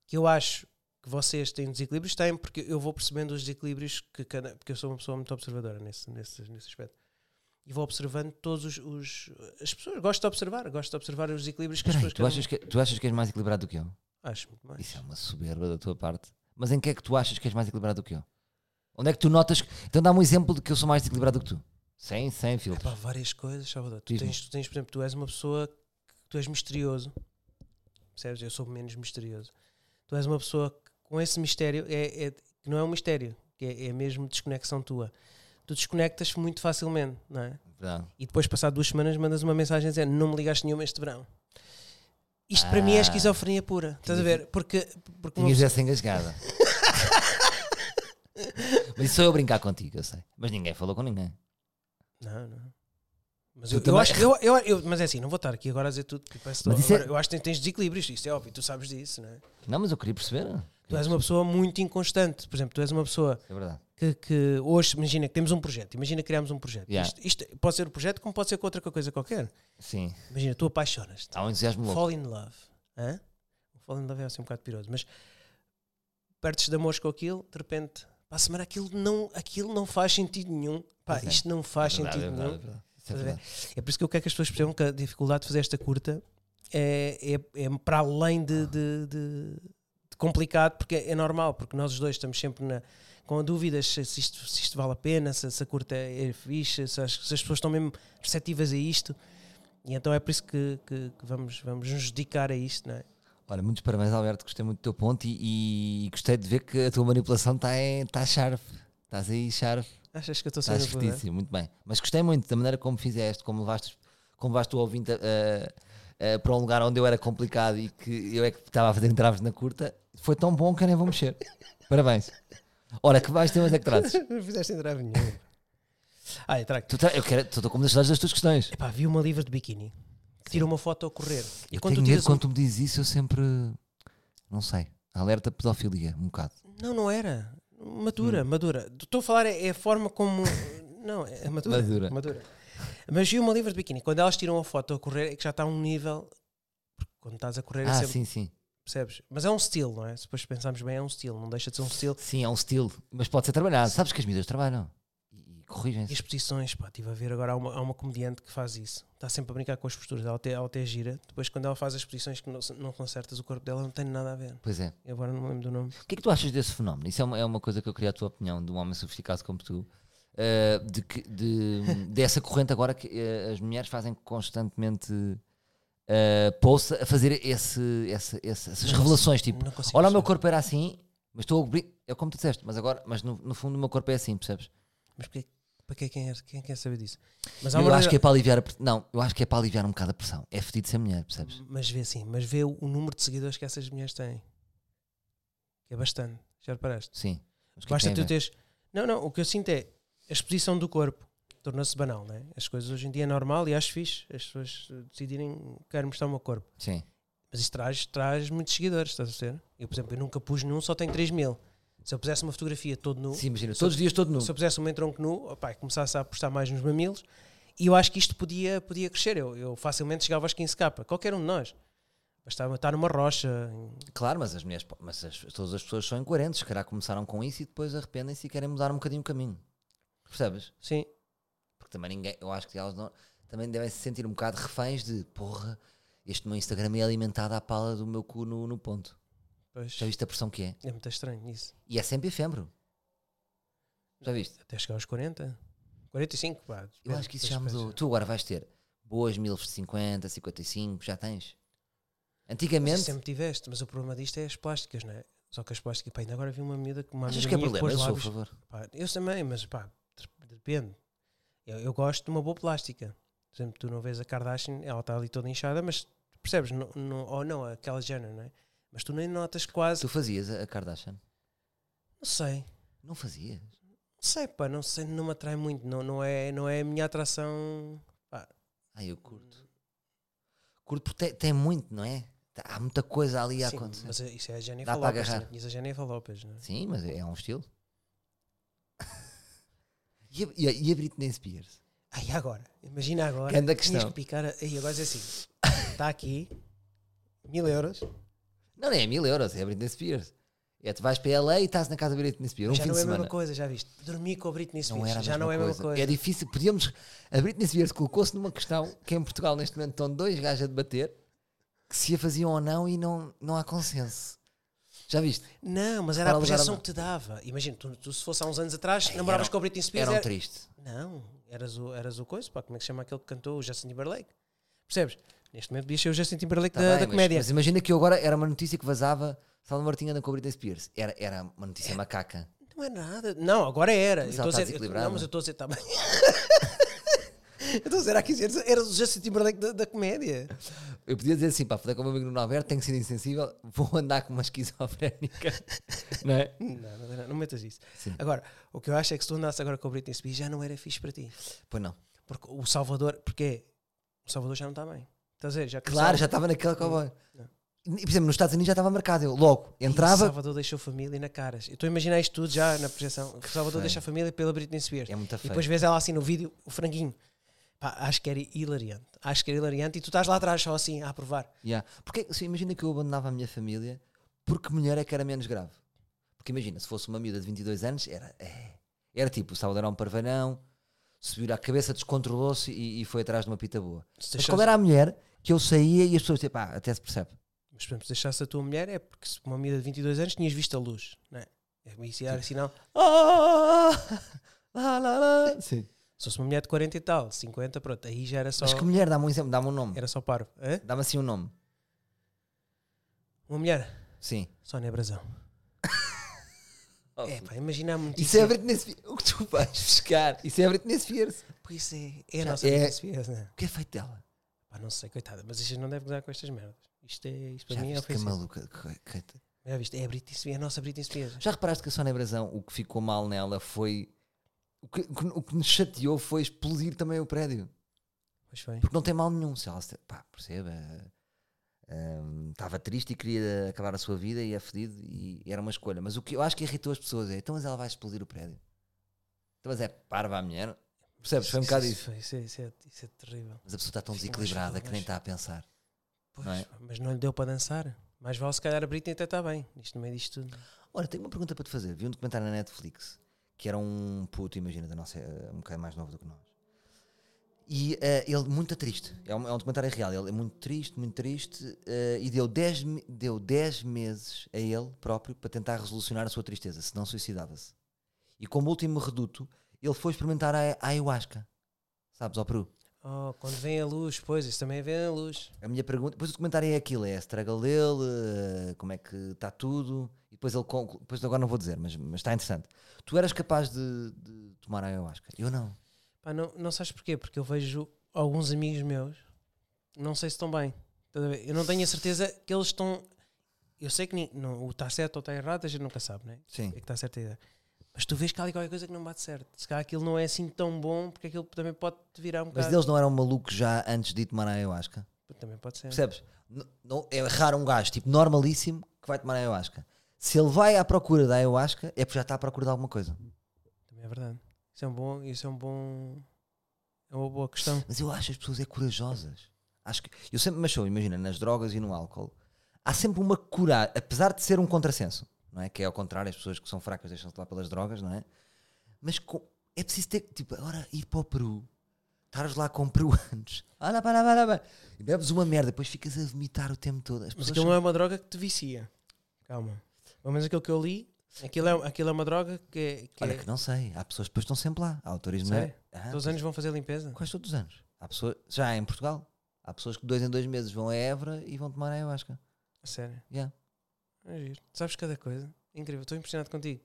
Speaker 1: que eu acho que vocês têm desequilíbrios, têm, porque eu vou percebendo os desequilíbrios que cada. Porque eu sou uma pessoa muito observadora nesse, nesse, nesse aspecto. E vou observando todos os, os- as pessoas. Gosto de observar, gosto de observar os desequilíbrios que as
Speaker 2: Espera aí,
Speaker 1: pessoas
Speaker 2: tu, achas que, tu achas que és mais equilibrado do que eu?
Speaker 1: Acho muito mais.
Speaker 2: Isso é uma soberba da tua parte. Mas em que é que tu achas que és mais equilibrado do que eu? Onde é que tu notas? que- Então dá-me um exemplo de que eu sou mais equilibrado do que tu. Sem, sem
Speaker 1: É
Speaker 2: filtro.
Speaker 1: pá, várias coisas, Salvador. Tu
Speaker 2: Diz-me.
Speaker 1: tens, tu tens, por exemplo, tu és uma pessoa que tu és misterioso. Percebes? Eu sou menos misterioso. Tu és uma pessoa que, com esse mistério é, é- que não é um mistério, que é, é mesmo desconexão tua. Tu desconectas muito facilmente, não é?
Speaker 2: Verdade.
Speaker 1: E depois, passado duas semanas, mandas uma mensagem a dizer não me ligaste nenhuma este verão. Isto para mim é
Speaker 2: Ah.
Speaker 1: esquizofrenia pura. Estás a ver? Porque, porque uma
Speaker 2: Tinhas essa engasgada.
Speaker 1: [LAUGHS]
Speaker 2: Mas isso sou eu a brincar contigo, eu sei. Mas ninguém falou com ninguém.
Speaker 1: Não, não. Mas
Speaker 2: Tu
Speaker 1: eu, eu
Speaker 2: também-
Speaker 1: acho que. Eu, eu- eu- mas é assim, não vou estar aqui agora a dizer tudo. Porque parece que
Speaker 2: Mas
Speaker 1: estou-
Speaker 2: isso é-
Speaker 1: agora, Eu acho que tens- tens desequilíbrios, isso é óbvio, tu sabes disso, não é?
Speaker 2: Não, mas eu queria perceber.
Speaker 1: Tu és uma pessoa muito inconstante. Por exemplo, tu és uma pessoa
Speaker 2: É verdade.
Speaker 1: que, que hoje, imagina que temos um projeto, imagina que criamos um projeto.
Speaker 2: Yeah.
Speaker 1: Isto, isto pode ser o projeto, como pode ser com outra coisa qualquer.
Speaker 2: Sim.
Speaker 1: Imagina, tu apaixonas-te.
Speaker 2: Há um entusiasmo louco.
Speaker 1: Fall in love. Hã? O fall in love é assim um bocado piroso, mas perdes de amores com aquilo, de repente, para a semana aquilo não, aquilo não faz sentido nenhum. Pá,
Speaker 2: Pois é.
Speaker 1: isto não faz
Speaker 2: É verdade,
Speaker 1: sentido
Speaker 2: é
Speaker 1: nenhum.
Speaker 2: verdade, é verdade. Isso é
Speaker 1: Estás a ver?
Speaker 2: verdade.
Speaker 1: É por isso que eu quero que as pessoas percebam que a dificuldade de fazer esta curta é, é, é para além
Speaker 2: Ah.
Speaker 1: de, de- de- de complicado, porque é normal, porque nós os dois estamos sempre na, com dúvidas se se isto, se isto vale a pena, se, se a curta é fixe, se as, se as pessoas estão mesmo receptivas a isto. E então é por isso que, que- que vamos, vamos nos dedicar a isto, não é?
Speaker 2: Olha, muitos parabéns, Alberto. Gostei muito do teu ponto e, e gostei de ver que a tua manipulação está tá sharp. Estás aí sharp.
Speaker 1: Achas que eu estou sendo
Speaker 2: Estás espertíssimo, muito bem. Mas gostei muito da maneira como fizeste, como levaste, como levaste o ouvinte a- a- a- para um lugar onde eu era complicado e que eu é que estava a fazer entraves na curta. Foi tão bom que eu nem vou mexer. Parabéns. Ora, que vais temas é que trazes?
Speaker 1: [LAUGHS] Não fizeste entrar nenhum. Ah, eu trago.
Speaker 2: Tu tra eu quero, estou com muitas saudades das tuas questões.
Speaker 1: Epá, vi uma livre de biquíni que tira uma foto a correr. E
Speaker 2: Eu
Speaker 1: quando tu
Speaker 2: tenho medo
Speaker 1: tiras um
Speaker 2: quando tu me dizes isso, eu sempre. Não sei. Alerta pedofilia, um bocado.
Speaker 1: Não, não era. Madura,
Speaker 2: Hum.
Speaker 1: madura. Estou a falar é é a forma como. Não, é madura.
Speaker 2: Madura.
Speaker 1: Mas vi uma livre de biquíni. Quando elas tiram a foto a correr, é que já está a um nível. Porque quando estás a correr, é
Speaker 2: Ah,
Speaker 1: sempre,
Speaker 2: sim, sim.
Speaker 1: percebes? Mas é um estilo, não é? Se depois pensarmos bem, é um estilo. Não deixa de ser um estilo.
Speaker 2: Sim, é um estilo. Mas pode ser trabalhado. Sabes que as miúdas trabalham e, e
Speaker 1: E
Speaker 2: corrigem-se.
Speaker 1: as posições, pá, estive a ver agora. Há uma, há uma comediante que faz isso. Está sempre a brincar com as posturas. Ela até, ela até gira. Depois, quando ela faz as posições que não, não consertas o corpo dela, não tem nada a ver.
Speaker 2: Pois é.
Speaker 1: Eu agora não me lembro do nome.
Speaker 2: O que é que tu achas desse fenómeno? Isso é uma, é uma coisa que eu queria a tua opinião, de um homem sofisticado como tu, eh, de que, de, [LAUGHS] dessa corrente agora que eh, as mulheres fazem constantemente eh, posts a fazer esse, esse- esse- essas
Speaker 1: Não
Speaker 2: revelações,
Speaker 1: consigo-
Speaker 2: tipo,
Speaker 1: não é consigo
Speaker 2: olha, o meu
Speaker 1: perceber.
Speaker 2: corpo era assim, mas estou a brin- é como tu disseste, mas agora, mas no, no fundo o meu corpo é assim, percebes?
Speaker 1: Mas porquê- para que, quem, é- quem quer saber disso? Mas
Speaker 2: Eu
Speaker 1: maneira-
Speaker 2: acho que é para aliviar a pressão. Não, eu acho que é para aliviar um bocado a pressão. É fedido ser mulher, percebes?
Speaker 1: Mas vê sim, mas vê o o número de seguidores que essas mulheres têm. Que é bastante, já reparaste?
Speaker 2: Sim. Mas o que é que
Speaker 1: Basta
Speaker 2: tem a
Speaker 1: tu
Speaker 2: ver?
Speaker 1: teres. Não, não, o que eu sinto é a exposição do corpo tornou-se banal, né? As coisas hoje em dia é normal e acho fixe as pessoas eh, decidirem quero mostrar o meu corpo.
Speaker 2: Sim.
Speaker 1: Mas isso traz, traz muitos seguidores, estás a ver? Eu, por exemplo, eu nunca pus nenhum, só tenho 3 mil. Se eu pusesse uma fotografia todo nu,
Speaker 2: Sim, imagina, todos os dias, todo nu.
Speaker 1: se eu pusesse um entronco nu, opá, começasse a apostar mais nos mamilos E eu acho que isto podia, podia crescer. Eu, eu facilmente chegava aos 15k, qualquer um de nós. Bastava estar numa rocha.
Speaker 2: Claro, mas as mulheres, mas as- todas as pessoas são incoerentes. Se calhar começaram com isso e depois arrependem-se e querem mudar um bocadinho o caminho. Percebes?
Speaker 1: Sim,
Speaker 2: Porque também ninguém, eu acho que elas não, também devem se sentir um bocado reféns de porra, este meu Instagram é alimentado à pala do meu cu no, no ponto.
Speaker 1: pois.
Speaker 2: Já viste a pressão que é?
Speaker 1: É muito estranho isso.
Speaker 2: E é sempre efêmero. Já viste?
Speaker 1: Até chegar aos 40, 45, pá.
Speaker 2: Eu
Speaker 1: depende,
Speaker 2: acho que isso
Speaker 1: depois
Speaker 2: já mudou.
Speaker 1: depois-
Speaker 2: Tu agora vais ter boas mil de 50, 55, já tens.
Speaker 1: Mas
Speaker 2: Antigamente,
Speaker 1: isso sempre tiveste, mas o problema disto é as plásticas, não é? Só que as plásticas, pá, ainda agora vi uma miúda que uma
Speaker 2: achas
Speaker 1: amiga
Speaker 2: que é
Speaker 1: minha
Speaker 2: problema? Eu
Speaker 1: pôs
Speaker 2: sou a
Speaker 1: lábios.
Speaker 2: favor.
Speaker 1: Pá, eu também, mas pá, de- depende. Eu, eu gosto de uma boa plástica. Por exemplo, tu não vês a Kardashian, ela está ali toda inchada, mas percebes, não, não, ou não, aquela Jenner, não é? Mas tu nem notas quase.
Speaker 2: Tu fazias a a Kardashian?
Speaker 1: Não sei, não
Speaker 2: Não fazias.
Speaker 1: sei, pá, não sei, não me atrai muito, não, não, é, não é a minha atração.
Speaker 2: Ai, eu curto. Curto porque tem, tem muito, não é? Tá- Há muita coisa ali a
Speaker 1: Sim,
Speaker 2: acontecer.
Speaker 1: mas isso é a
Speaker 2: Dá
Speaker 1: Jennifer
Speaker 2: para
Speaker 1: Lopez,
Speaker 2: agarrar.
Speaker 1: né? Tinhas a Jennifer Lopez, não é?
Speaker 2: Sim, mas é um estilo. [LAUGHS] e, a, e, a, e a Britney Spears?
Speaker 1: Ai, agora, imagina agora.
Speaker 2: Grande
Speaker 1: tinhas
Speaker 2: questão.
Speaker 1: que picar. a- Aí, agora é assim: está aqui, mil euros,
Speaker 2: Não, não é mil euros, é a Britney Spears. É, tu vais para LA e estás na casa da Britney Spears. Um
Speaker 1: já
Speaker 2: fim
Speaker 1: não
Speaker 2: de
Speaker 1: é a
Speaker 2: semana.
Speaker 1: mesma coisa, já viste? Dormir com a Britney
Speaker 2: Não
Speaker 1: Spears,
Speaker 2: era a
Speaker 1: já
Speaker 2: mesma
Speaker 1: não é a mesma
Speaker 2: coisa.
Speaker 1: coisa.
Speaker 2: É difícil. Podíamos. A Britney Spears colocou-se numa questão que em Portugal neste momento estão dois gajos a debater que se a faziam ou não e não, não há consenso. Já viste?
Speaker 1: Não, mas era
Speaker 2: Para
Speaker 1: a
Speaker 2: alugar
Speaker 1: projeção
Speaker 2: uma-
Speaker 1: que te dava. Imagina, tu, tu se fosse há uns anos atrás,
Speaker 2: Ei,
Speaker 1: namoravas
Speaker 2: era-
Speaker 1: com a Britney Spears.
Speaker 2: Era um
Speaker 1: era-
Speaker 2: triste.
Speaker 1: Não, eras o, eras o coisa, pá, como é que se chama aquele que cantou o Justin Timberlake? Percebes? Neste momento podias ser o Justin Timberlake
Speaker 2: Tá
Speaker 1: da,
Speaker 2: bem,
Speaker 1: da
Speaker 2: mas-
Speaker 1: comédia.
Speaker 2: Mas, imagina que eu agora era uma notícia que vazava Salve Martinho anda com a Britney Spears. Era, era uma notícia macaca.
Speaker 1: Não é nada. Não, agora era.
Speaker 2: Mas
Speaker 1: Eu
Speaker 2: ela
Speaker 1: tô a
Speaker 2: tá
Speaker 1: dizer-
Speaker 2: desequilibrada.
Speaker 1: não, mas eu estou a dizer também. [LAUGHS] eu estou a dizer há 15 anos, eras o Justin Timberlake da, da comédia.
Speaker 2: Eu podia dizer assim, pá, falei com o meu amigo Nuno Alberto, tenho sido insensível, vou andar com
Speaker 1: [LAUGHS]
Speaker 2: uma esquizofrénica. não é?
Speaker 1: Não, não, não, não metas isso.
Speaker 2: Sim.
Speaker 1: Agora, o que eu acho é que se tu andasses agora com a Britney Spears já não era fixe para ti.
Speaker 2: Pois não.
Speaker 1: Porque o Salvador, porque o Salvador já não está bem. Estás a ver? Já
Speaker 2: Claro,
Speaker 1: começaram-
Speaker 2: já estava naquela cowboy.
Speaker 1: Não.
Speaker 2: E, Por exemplo, nos Estados Unidos já estava marcado. Eu logo
Speaker 1: E
Speaker 2: entrava.
Speaker 1: Salvador deixou família na caras. Eu estou a imaginar isto tudo já na projeção. O Salvador
Speaker 2: feio.
Speaker 1: deixa a família pela Britney Spears.
Speaker 2: É muito
Speaker 1: e
Speaker 2: feio.
Speaker 1: depois vês ela assim no vídeo, o franguinho. Pá, acho que era hilariante. Acho que era hilariante. E tu estás lá atrás só assim a aprovar.
Speaker 2: Yeah. Porque, se imagina que eu abandonava a minha família, porque mulher é que era menos grave. Porque imagina, se fosse uma miúda de 22 anos, era, é. era tipo, o Salvador é um parvanão, subiu a cabeça, descontrolou-se e, e foi atrás de uma pita boa.
Speaker 1: Se
Speaker 2: Mas
Speaker 1: deixasse,
Speaker 2: qual era a mulher que eu saía e as pessoas diziam, pá, até se percebe.
Speaker 1: mas, por exemplo, se deixasse a tua mulher é porque se uma miúda de 22 anos tinhas visto a luz. Não é? Isso era
Speaker 2: Tipo-
Speaker 1: sinal.
Speaker 2: Ah, lá, lá, lá. Sim.
Speaker 1: Se fosse uma mulher de 40 e tal, 50, pronto. Aí já era só, É.
Speaker 2: Mas que mulher, dá-me um exemplo, dá-me um nome.
Speaker 1: era só parvo. Hã?
Speaker 2: Dá-me assim um nome.
Speaker 1: Uma mulher,
Speaker 2: Sim.
Speaker 1: Sónia Brasão.
Speaker 2: [LAUGHS]
Speaker 1: É, pá, imagina muito
Speaker 2: Isso é a Britney Spears. O que tu vais buscar? Isso é a Britney Spears.
Speaker 1: Isso é, é a
Speaker 2: Já-
Speaker 1: nossa
Speaker 2: é-
Speaker 1: Britney Spears, não é?
Speaker 2: O que é feito dela?
Speaker 1: Pá, não sei, coitada, mas isto não deve gozar com estas merdas. Isto é, isto para
Speaker 2: Já
Speaker 1: mim é
Speaker 2: viste que
Speaker 1: ofensivo.
Speaker 2: maluca. que- que-
Speaker 1: Já viste? É a Britney Spears, é a nossa Britney Spears.
Speaker 2: Já reparaste que a Sónia Brasão, o que ficou mal nela foi. O que, o que- o que nos chateou foi explodir também o prédio.
Speaker 1: Pois foi.
Speaker 2: Porque não tem mal nenhum. Se ela se- pá, perceba. ahm, Estava triste e queria acabar a sua vida e é fedido e era uma escolha. Mas o que eu acho que irritou as pessoas é: então, mas ela vai explodir o prédio. Então, mas é parva a mulher. Percebes? Foi um bocado isso.
Speaker 1: Isso, isso, isso é, isso é terrível.
Speaker 2: Mas a pessoa está tão
Speaker 1: Sim, mas-
Speaker 2: desequilibrada que nem
Speaker 1: mas-
Speaker 2: está a pensar.
Speaker 1: Pois,
Speaker 2: Não é?
Speaker 1: mas não lhe deu para dançar. Mais vale se calhar a Britney até está bem. Isto no meio disto tudo.
Speaker 2: Olha, tenho uma pergunta para te fazer. Vi um documentário na Netflix que era um puto, imagina, da nossa, eh, um bocado mais novo do que nós. E eh, ele muito triste. É um, é um documentário real. Ele é muito triste, muito triste. eh, e deu 10 me- deu 10 meses a ele próprio para tentar resolucionar a sua tristeza, se não suicidava-se. E como último reduto, ele foi experimentar a, a ayahuasca. Sabes, ao Peru.
Speaker 1: Oh, quando vem a luz, pois, isso também vem a luz.
Speaker 2: A minha pergunta, depois o documentário é aquilo, é a struggle dele, eh, como é que está tudo, e depois ele conclu- depois agora não vou dizer, mas, mas está interessante. Tu eras capaz de, de tomar ayahuasca? Eu não.
Speaker 1: Pá, não, não sabes porquê? Porque eu vejo alguns amigos meus, não sei se estão bem. Estás a ver? Eu não tenho a certeza que eles estão. Eu sei que ni- não, o está certo ou está errado, a gente nunca sabe, não é?
Speaker 2: Sim.
Speaker 1: é que está certa a ideia. Mas tu vês que há ali qualquer coisa que não bate certo. Se calhar aquilo não é assim tão bom, porque aquilo também pode te virar um
Speaker 2: Mas
Speaker 1: bocado.
Speaker 2: deles não eram malucos já antes de ir tomar ayahuasca?
Speaker 1: Também pode ser.
Speaker 2: Percebes? N- não- é raro um gajo, tipo, normalíssimo, que vai tomar ayahuasca. Se ele vai à procura da ayahuasca, é porque já está à procura de alguma coisa.
Speaker 1: Também é verdade. Isso é um bom. Isso é um bom. É uma boa questão.
Speaker 2: Mas eu acho as pessoas é corajosas. Acho que eu sempre me achou, imagina, nas drogas e no álcool, há sempre uma coragem, apesar de ser um contrassenso, não é? Que é ao contrário, as pessoas que são fracas deixam-se lá pelas drogas, não é? Mas co- é preciso ter, tipo, agora ir para o Peru, estares lá com peruanos, [LAUGHS] olha, para, para, para, e bebes uma merda, depois ficas a vomitar o tempo todo. As
Speaker 1: Mas
Speaker 2: pessoas
Speaker 1: aquilo
Speaker 2: são-
Speaker 1: não é uma droga que te vicia. Calma. Pelo menos aquilo que eu li, aquilo é, aquilo é uma droga que, é- que
Speaker 2: Olha
Speaker 1: é.
Speaker 2: que não sei, há pessoas que depois estão sempre lá, há autorismo. não
Speaker 1: Sério?
Speaker 2: É? Ah,
Speaker 1: Todos os anos vão fazer limpeza.
Speaker 2: Quase todos os anos. Há pessoas, já em Portugal, há pessoas que de dois em dois meses vão a Évora e vão tomar a ayahuasca.
Speaker 1: A sério.
Speaker 2: Yeah.
Speaker 1: É giro. Tu sabes cada coisa. Incrível. Estou impressionado contigo.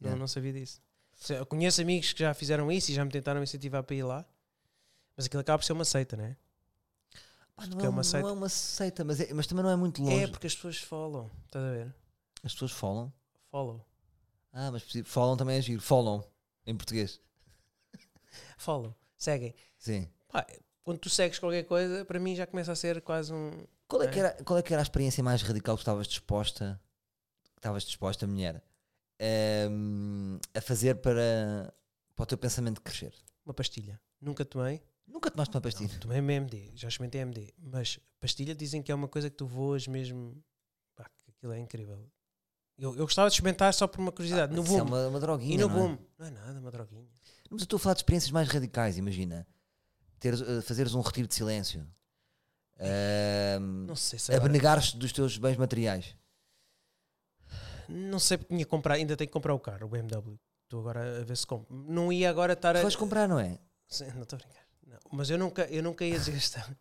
Speaker 1: Não,
Speaker 2: Yeah.
Speaker 1: não sabia disso. Se- Eu conheço amigos que já fizeram isso e já me tentaram incentivar para ir lá. Mas aquilo acaba por ser uma seita, não é?
Speaker 2: Pá, não,
Speaker 1: Porque é
Speaker 2: é
Speaker 1: uma
Speaker 2: uma
Speaker 1: seita.
Speaker 2: não é uma seita, mas, é- mas também não é muito longe.
Speaker 1: É porque as pessoas falam. Estás a ver?
Speaker 2: As pessoas falam.
Speaker 1: Follow.
Speaker 2: Ah, mas preciso- falam também é giro. Falam em português.
Speaker 1: Follow. Seguem.
Speaker 2: Sim.
Speaker 1: Pá, quando tu segues qualquer coisa, para mim já começa a ser quase um.
Speaker 2: Qual é,
Speaker 1: É.
Speaker 2: que era, qual é que era a experiência mais radical que estavas disposta, que estavas disposta, mulher, ehm, a fazer para, para o teu pensamento crescer?
Speaker 1: Uma pastilha. Nunca tomei.
Speaker 2: Nunca tomaste uma pastilha.
Speaker 1: Não, tomei MD, já experimentei MD, mas pastilha dizem que é uma coisa que tu voas mesmo. Pá, que aquilo é incrível. Eu, eu gostava de experimentar só por uma curiosidade, no
Speaker 2: Isso
Speaker 1: boom.
Speaker 2: é uma, uma droguinha.
Speaker 1: e no
Speaker 2: não é?
Speaker 1: boom. Não é nada, uma droguinha.
Speaker 2: Mas eu estou a falar de experiências mais radicais, imagina. Teres, eh, fazeres um retiro de silêncio. Ahm,
Speaker 1: Não sei se agora,
Speaker 2: abnegares-te dos teus bens materiais.
Speaker 1: Não sei porque tinha que comprar, ainda tenho que comprar o carro, o BMW. Estou agora a ver se compro. Não ia agora estar a.
Speaker 2: Tu vais comprar, não é?
Speaker 1: Sim, Não estou a brincar. Não, Mas eu nunca, eu nunca ia desgastar.
Speaker 2: [LAUGHS]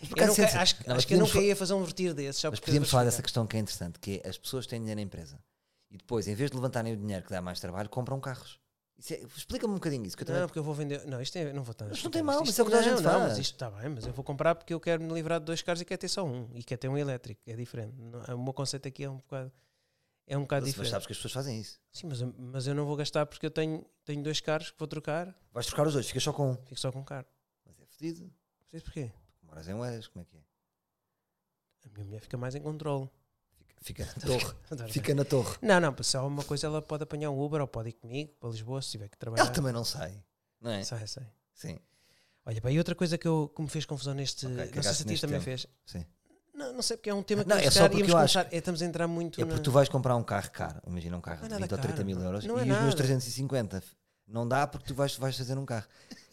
Speaker 2: Mas por
Speaker 1: Eu
Speaker 2: acaso
Speaker 1: nunca,
Speaker 2: sente-
Speaker 1: acho
Speaker 2: Não, mas
Speaker 1: acho que eu
Speaker 2: podíamos
Speaker 1: nunca
Speaker 2: fa-
Speaker 1: ia fazer um retiro desses. só
Speaker 2: Mas
Speaker 1: porque
Speaker 2: podíamos
Speaker 1: vou
Speaker 2: falar dessa
Speaker 1: explicar.
Speaker 2: questão que é interessante, que é as pessoas têm dinheiro na empresa. E depois, em vez de levantarem o dinheiro que dá mais trabalho, compram carros. Isso é- Explica-me um bocadinho isso, que eu também
Speaker 1: Não, porque eu vou vender. Não, isto é, não vou estar. a
Speaker 2: Mas não
Speaker 1: explicar
Speaker 2: tem
Speaker 1: isto.
Speaker 2: mal,
Speaker 1: Isto-
Speaker 2: isso é o que toda a
Speaker 1: não,
Speaker 2: gente
Speaker 1: não,
Speaker 2: faz.
Speaker 1: mas isto está bem, mas eu vou comprar porque eu quero me livrar de dois carros e quero ter só um. E quero ter um elétrico. É diferente. Não- o meu conceito aqui é um bocado. É um bocado
Speaker 2: Mas
Speaker 1: diferente.
Speaker 2: sabes que as pessoas fazem isso.
Speaker 1: Sim, mas, eu- mas eu não vou gastar porque eu tenho, tenho dois carros que vou trocar,
Speaker 2: Vais trocar os dois, ficas só com um.
Speaker 1: fico só com um carro.
Speaker 2: Mas é fedido.
Speaker 1: Não sei porquê.
Speaker 2: Moras em Oeiras, como é que é?
Speaker 1: A minha mulher fica mais em controle.
Speaker 2: Fica na torre.
Speaker 1: Adoro bem.
Speaker 2: Então, Fica na torre.
Speaker 1: Não, não, se há alguma coisa ela pode apanhar um Uber ou pode ir comigo para Lisboa se tiver que trabalhar.
Speaker 2: Ela também não sai. Não é?
Speaker 1: Sai, sai.
Speaker 2: Sim,
Speaker 1: Olha, bem, e outra coisa que, eu, que me fez confusão neste.
Speaker 2: Ok,
Speaker 1: não sei se
Speaker 2: cagaste
Speaker 1: a ti
Speaker 2: neste
Speaker 1: também
Speaker 2: tempo.
Speaker 1: fez.
Speaker 2: sim.
Speaker 1: Não, não sei porque é um tema que
Speaker 2: Não,
Speaker 1: vamos
Speaker 2: é só
Speaker 1: chegar e
Speaker 2: porque
Speaker 1: íamos
Speaker 2: eu acho
Speaker 1: começar- é, estamos a entrar muito
Speaker 2: É
Speaker 1: na...
Speaker 2: porque tu vais comprar um carro caro, imagina um carro
Speaker 1: Não é
Speaker 2: de
Speaker 1: nada
Speaker 2: 20 ou 30 mil
Speaker 1: caro,
Speaker 2: euros
Speaker 1: não é
Speaker 2: e os meus
Speaker 1: nada.
Speaker 2: 350. Não dá porque tu vais, vais fazer um carro.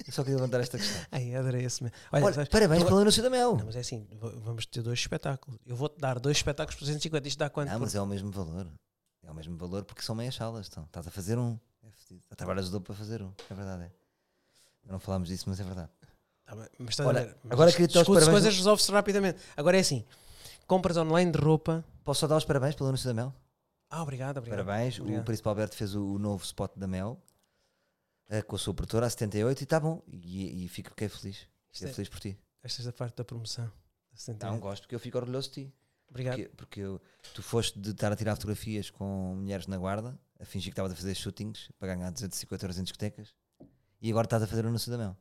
Speaker 2: Eu só queria levantar esta questão.
Speaker 1: Ai, adorei esse mesmo. Olha,
Speaker 2: Olha,
Speaker 1: sabes-
Speaker 2: parabéns
Speaker 1: tu-
Speaker 2: pelo anúncio da Mel.
Speaker 1: Não, mas é assim, v- vamos ter dois espetáculos. Eu vou-te dar dois espetáculos por 250. Isto dá quanto?
Speaker 2: Não, mas é o mesmo valor. É o mesmo valor porque são meias salas. Então. Estás a fazer um. É fedido. A trabalhar ajudou para fazer um. É verdade. É. Não falámos disso, mas é verdade.
Speaker 1: Tá bem, mas estás
Speaker 2: Olha,
Speaker 1: a ver. Mas
Speaker 2: agora queria-te dar os
Speaker 1: discute-se
Speaker 2: parabéns-
Speaker 1: coisas resolve-se rapidamente. Agora é assim, compras online de roupa...
Speaker 2: Posso só dar os parabéns pelo anúncio da Mel?
Speaker 1: Ah, obrigado, obrigado.
Speaker 2: Parabéns.
Speaker 1: Obrigado.
Speaker 2: O Príncipe Alberto fez o, o novo spot da Mel eh, com a sua produtora a 78 e está bom. E, e fico fiquei feliz.
Speaker 1: Isto
Speaker 2: Fiquei
Speaker 1: é-
Speaker 2: feliz por ti.
Speaker 1: Esta é a parte da promoção.
Speaker 2: Não, Tá, um gosto porque eu fico orgulhoso de ti.
Speaker 1: Obrigado.
Speaker 2: Então, Porque, porque eu- tu foste de estar a tirar fotografias com mulheres na guarda, a fingir que estavas a fazer shootings para ganhar 250 euros em discotecas, e agora estás a fazer o anúncio da Mel.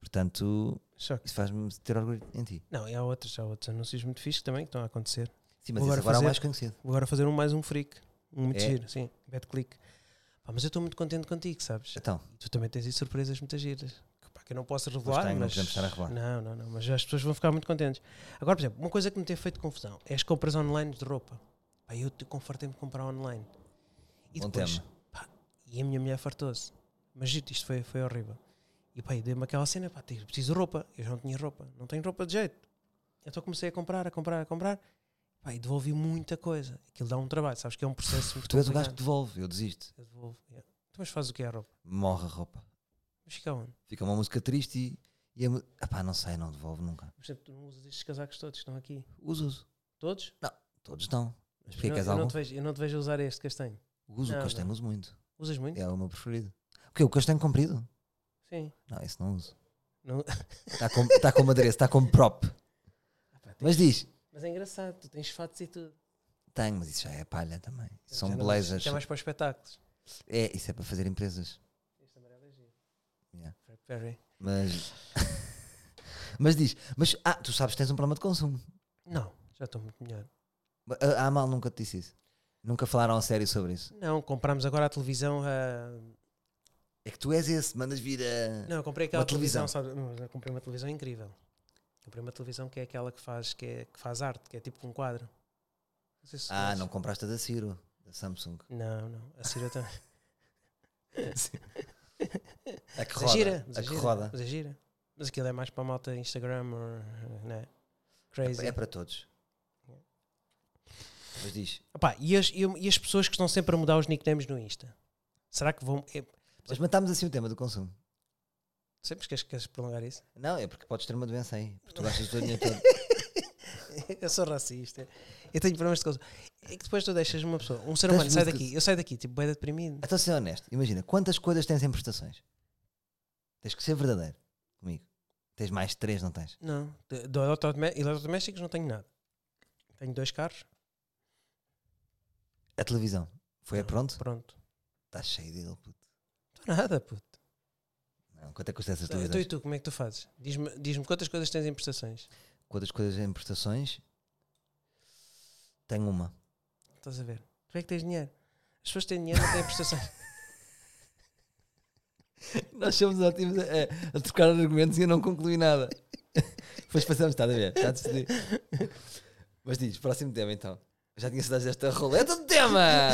Speaker 2: Portanto,
Speaker 1: Choque.
Speaker 2: isso faz-me ter orgulho em ti.
Speaker 1: Não, e há outros, há outros anúncios muito fixos também que estão a acontecer.
Speaker 2: Sim, mas
Speaker 1: Vou agora
Speaker 2: esse agora é o
Speaker 1: fazer-
Speaker 2: mais conhecido.
Speaker 1: Vou agora fazer um mais um freak. Um muito
Speaker 2: É?
Speaker 1: giro, sim. Bad click. Pá, mas eu estou muito contente contigo, sabes?
Speaker 2: Então,
Speaker 1: E tu também tens aí surpresas muito giras. Que, pá, que eu não posso revelar,
Speaker 2: está,
Speaker 1: mas...
Speaker 2: não podemos estar a revelar.
Speaker 1: Não, não, não, mas as pessoas vão ficar muito contentes. Agora, por exemplo, uma coisa que me tem feito confusão é as compras online de roupa. Pá, eu te confortei-me de comprar online. E
Speaker 2: Bom
Speaker 1: depois,
Speaker 2: tema.
Speaker 1: pá, e a minha mulher fartou-se. Mas juro isto foi, foi horrível. E pá, e dei-me aquela cena, pá, tenho- preciso de roupa. Eu já não tinha roupa, não tenho roupa de jeito. Então comecei a comprar, a comprar, a comprar. Pá, e devolvi muita coisa. Aquilo dá um trabalho, sabes que é um processo muito
Speaker 2: tu és o gajo que
Speaker 1: complicado.
Speaker 2: devolve, eu desisto.
Speaker 1: Eu devolvo, yeah. Então, mas faz o que é a roupa?
Speaker 2: Morre a roupa.
Speaker 1: Mas fica onde?
Speaker 2: Fica uma música triste e. e a mu- Epá, não sei, não devolvo nunca.
Speaker 1: Por exemplo, tu não usas estes casacos todos que estão aqui.
Speaker 2: Uso, uso.
Speaker 1: Todos?
Speaker 2: Todos não. Mas porquê
Speaker 1: eu, não,
Speaker 2: queres
Speaker 1: eu não
Speaker 2: algum?
Speaker 1: te vejo, eu não te vejo usar este castanho.
Speaker 2: Uso,
Speaker 1: Não,
Speaker 2: o castanho uso muito.
Speaker 1: Usas muito?
Speaker 2: É o meu preferido. O quê? O castanho comprido?
Speaker 1: Sim.
Speaker 2: Não, esse não uso.
Speaker 1: Não- [LAUGHS]
Speaker 2: Está com, tá como adereço, está como prop. Mas diz,
Speaker 1: Mas é engraçado, tu tens fatos e tudo.
Speaker 2: tenho, mas isso já é palha também. Isso
Speaker 1: Já
Speaker 2: São
Speaker 1: não-
Speaker 2: blazers.
Speaker 1: Isto é mais para os espetáculos.
Speaker 2: É, isso é para fazer empresas.
Speaker 1: Este amarelo é giro.
Speaker 2: Yeah.
Speaker 1: Fred Perry.
Speaker 2: Mas. [LAUGHS] mas diz, mas ah, tu sabes que tens um problema de consumo.
Speaker 1: Não, já estou muito melhor.
Speaker 2: A, a Amal nunca te disse isso. Nunca falaram a sério sobre isso.
Speaker 1: Não, comprámos agora a televisão a
Speaker 2: É que tu és esse, mandas vir a.
Speaker 1: ah, Não, eu comprei aquela
Speaker 2: Uma televisão.
Speaker 1: televisão, sabe? Não, eu comprei uma televisão incrível. Comprei uma televisão que é aquela que faz, que é- que faz arte, que é tipo um quadro. Não sei se tu
Speaker 2: Ah,
Speaker 1: conheces.
Speaker 2: não compraste a da Ciro, da Samsung.
Speaker 1: Não, não. A [LAUGHS]
Speaker 2: [LAUGHS]
Speaker 1: Cira também.
Speaker 2: A que
Speaker 1: Mas é
Speaker 2: roda.
Speaker 1: gira, mas
Speaker 2: a
Speaker 1: é
Speaker 2: que
Speaker 1: gira,
Speaker 2: roda.
Speaker 1: Mas é gira. Mas aquilo é mais para a malta Instagram ou. Né? Crazy.
Speaker 2: É para todos.
Speaker 1: É.
Speaker 2: Mas diz.
Speaker 1: Epá, e, as, e- e as pessoas que estão sempre a mudar os nicknames no Insta? Será que vão. é-
Speaker 2: Mas matámos assim o tema do consumo.
Speaker 1: sempre queres, queres prolongar isso? [LAUGHS]
Speaker 2: Não, é porque podes ter uma doença aí. Porque tu gastas o teu dinheiro todo.
Speaker 1: Eu sou racista. Eu tenho problemas de causa. É que depois tu deixas uma pessoa, um ser
Speaker 2: Tens
Speaker 1: humano, sai
Speaker 2: muito que-
Speaker 1: daqui. Eu saio daqui, tipo, bem deprimido.
Speaker 2: Então, ser honesto, imagina, quantas coisas tens em prestações? Tens que ser verdadeiro comigo. Tens mais de três, não tens?
Speaker 1: Não, de, de eletrodomé- eletrodomésticos não tenho nada. Tenho dois carros,
Speaker 2: A televisão. Foi a
Speaker 1: Não.
Speaker 2: é, pronto?
Speaker 1: pronto.
Speaker 2: Está cheio dele, puto.
Speaker 1: Não estou nada, puto.
Speaker 2: Não, quanto é que custa essas
Speaker 1: Então e
Speaker 2: televisões?
Speaker 1: tu, como é que tu fazes? Diz-me diz quantas coisas tens em prestações.
Speaker 2: Quantas coisas em prestações? Tenho uma.
Speaker 1: Estás a ver? Tu é que tens dinheiro. As pessoas que têm dinheiro não têm prestações. [LAUGHS]
Speaker 2: Nós somos ótimos a, a- a trocar argumentos e eu não concluí nada. [LAUGHS] Depois passamos, está a ver? Está a decidir. Mas diz, próximo tema então. Já tinha saudades desta roleta de [LAUGHS] tema!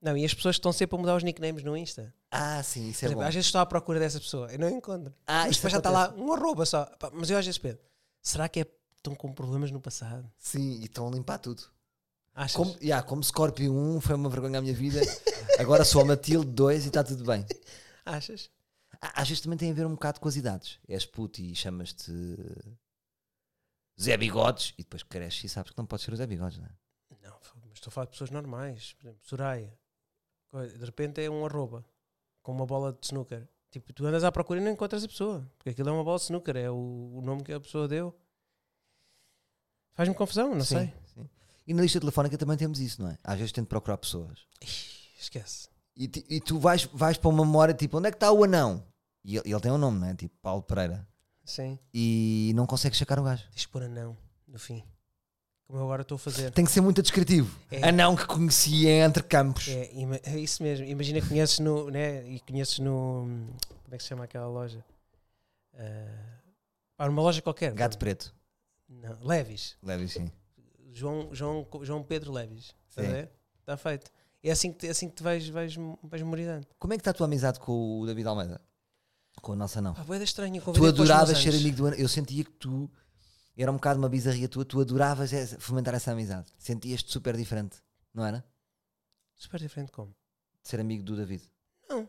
Speaker 1: Não, e as pessoas que estão sempre a mudar os nicknames no Insta.
Speaker 2: Ah, sim, isso
Speaker 1: Por
Speaker 2: é
Speaker 1: exemplo,
Speaker 2: bom.
Speaker 1: às vezes estou à procura dessa pessoa e não encontro.
Speaker 2: Ah,
Speaker 1: Mas
Speaker 2: isso
Speaker 1: depois já está
Speaker 2: acontece.
Speaker 1: lá um arroba só. Pá, Mas eu às vezes penso, será que é, estão com problemas no passado?
Speaker 2: Sim, e estão a limpar tudo.
Speaker 1: Achas?
Speaker 2: Como, yeah, como Scorpio 1 foi uma vergonha à minha vida, agora sou a Matilde 2 e está tudo bem.
Speaker 1: Achas?
Speaker 2: Ah, Às vezes também tem a ver um bocado com as idades. És puto e chamas-te Zé Bigodes e depois cresces e sabes que não podes ser o Zé Bigodes, não é?
Speaker 1: Não, f- mas estou a falar de pessoas normais. Por exemplo, Soraya. Co- De repente é um arroba com uma bola de snooker. Tipo, tu andas à procura e não encontras a pessoa. Porque aquilo é uma bola de snooker, é o, o nome que a pessoa deu. Faz-me confusão, não
Speaker 2: Sim,
Speaker 1: sei.
Speaker 2: sim. E na lista telefónica também temos isso, não é? Às vezes tento procurar pessoas
Speaker 1: Ih, Esquece.
Speaker 2: e, ti- e tu vais, vais para uma memória tipo onde é que está o anão? E ele, ele tem um nome, não é? Tipo Paulo Pereira.
Speaker 1: Sim.
Speaker 2: E não consegues sacar o gajo.
Speaker 1: Tens que pôr anão no fim. Como eu agora estou a fazer.
Speaker 2: Tem que ser muito descritivo.
Speaker 1: É.
Speaker 2: Anão que conhecia entre campos.
Speaker 1: É, ima- é isso mesmo. Imagina que conheces no. Né, e conheces no. Como é que se chama aquela loja? Ah, pá, numa loja qualquer.
Speaker 2: Gato preto.
Speaker 1: Não, Levis.
Speaker 2: Leve sim.
Speaker 1: João, João, João Pedro Leves. Estás
Speaker 2: Sim.
Speaker 1: a ver? Está feito. É assim que, te- é assim que te vais, vais, vais memorizando.
Speaker 2: Como é que está a tua amizade com o David Almeida? Com a nossa não.
Speaker 1: Pá, boeda estranho. eu
Speaker 2: tu
Speaker 1: convidei-te para os
Speaker 2: adoravas
Speaker 1: meus
Speaker 2: ser
Speaker 1: anos.
Speaker 2: amigo do Ana. Eu sentia que tu era um bocado uma bizarria tua, tu adoravas essa- fomentar essa amizade. Sentias-te super diferente, não era?
Speaker 1: Super diferente como?
Speaker 2: De ser amigo do David.
Speaker 1: Não.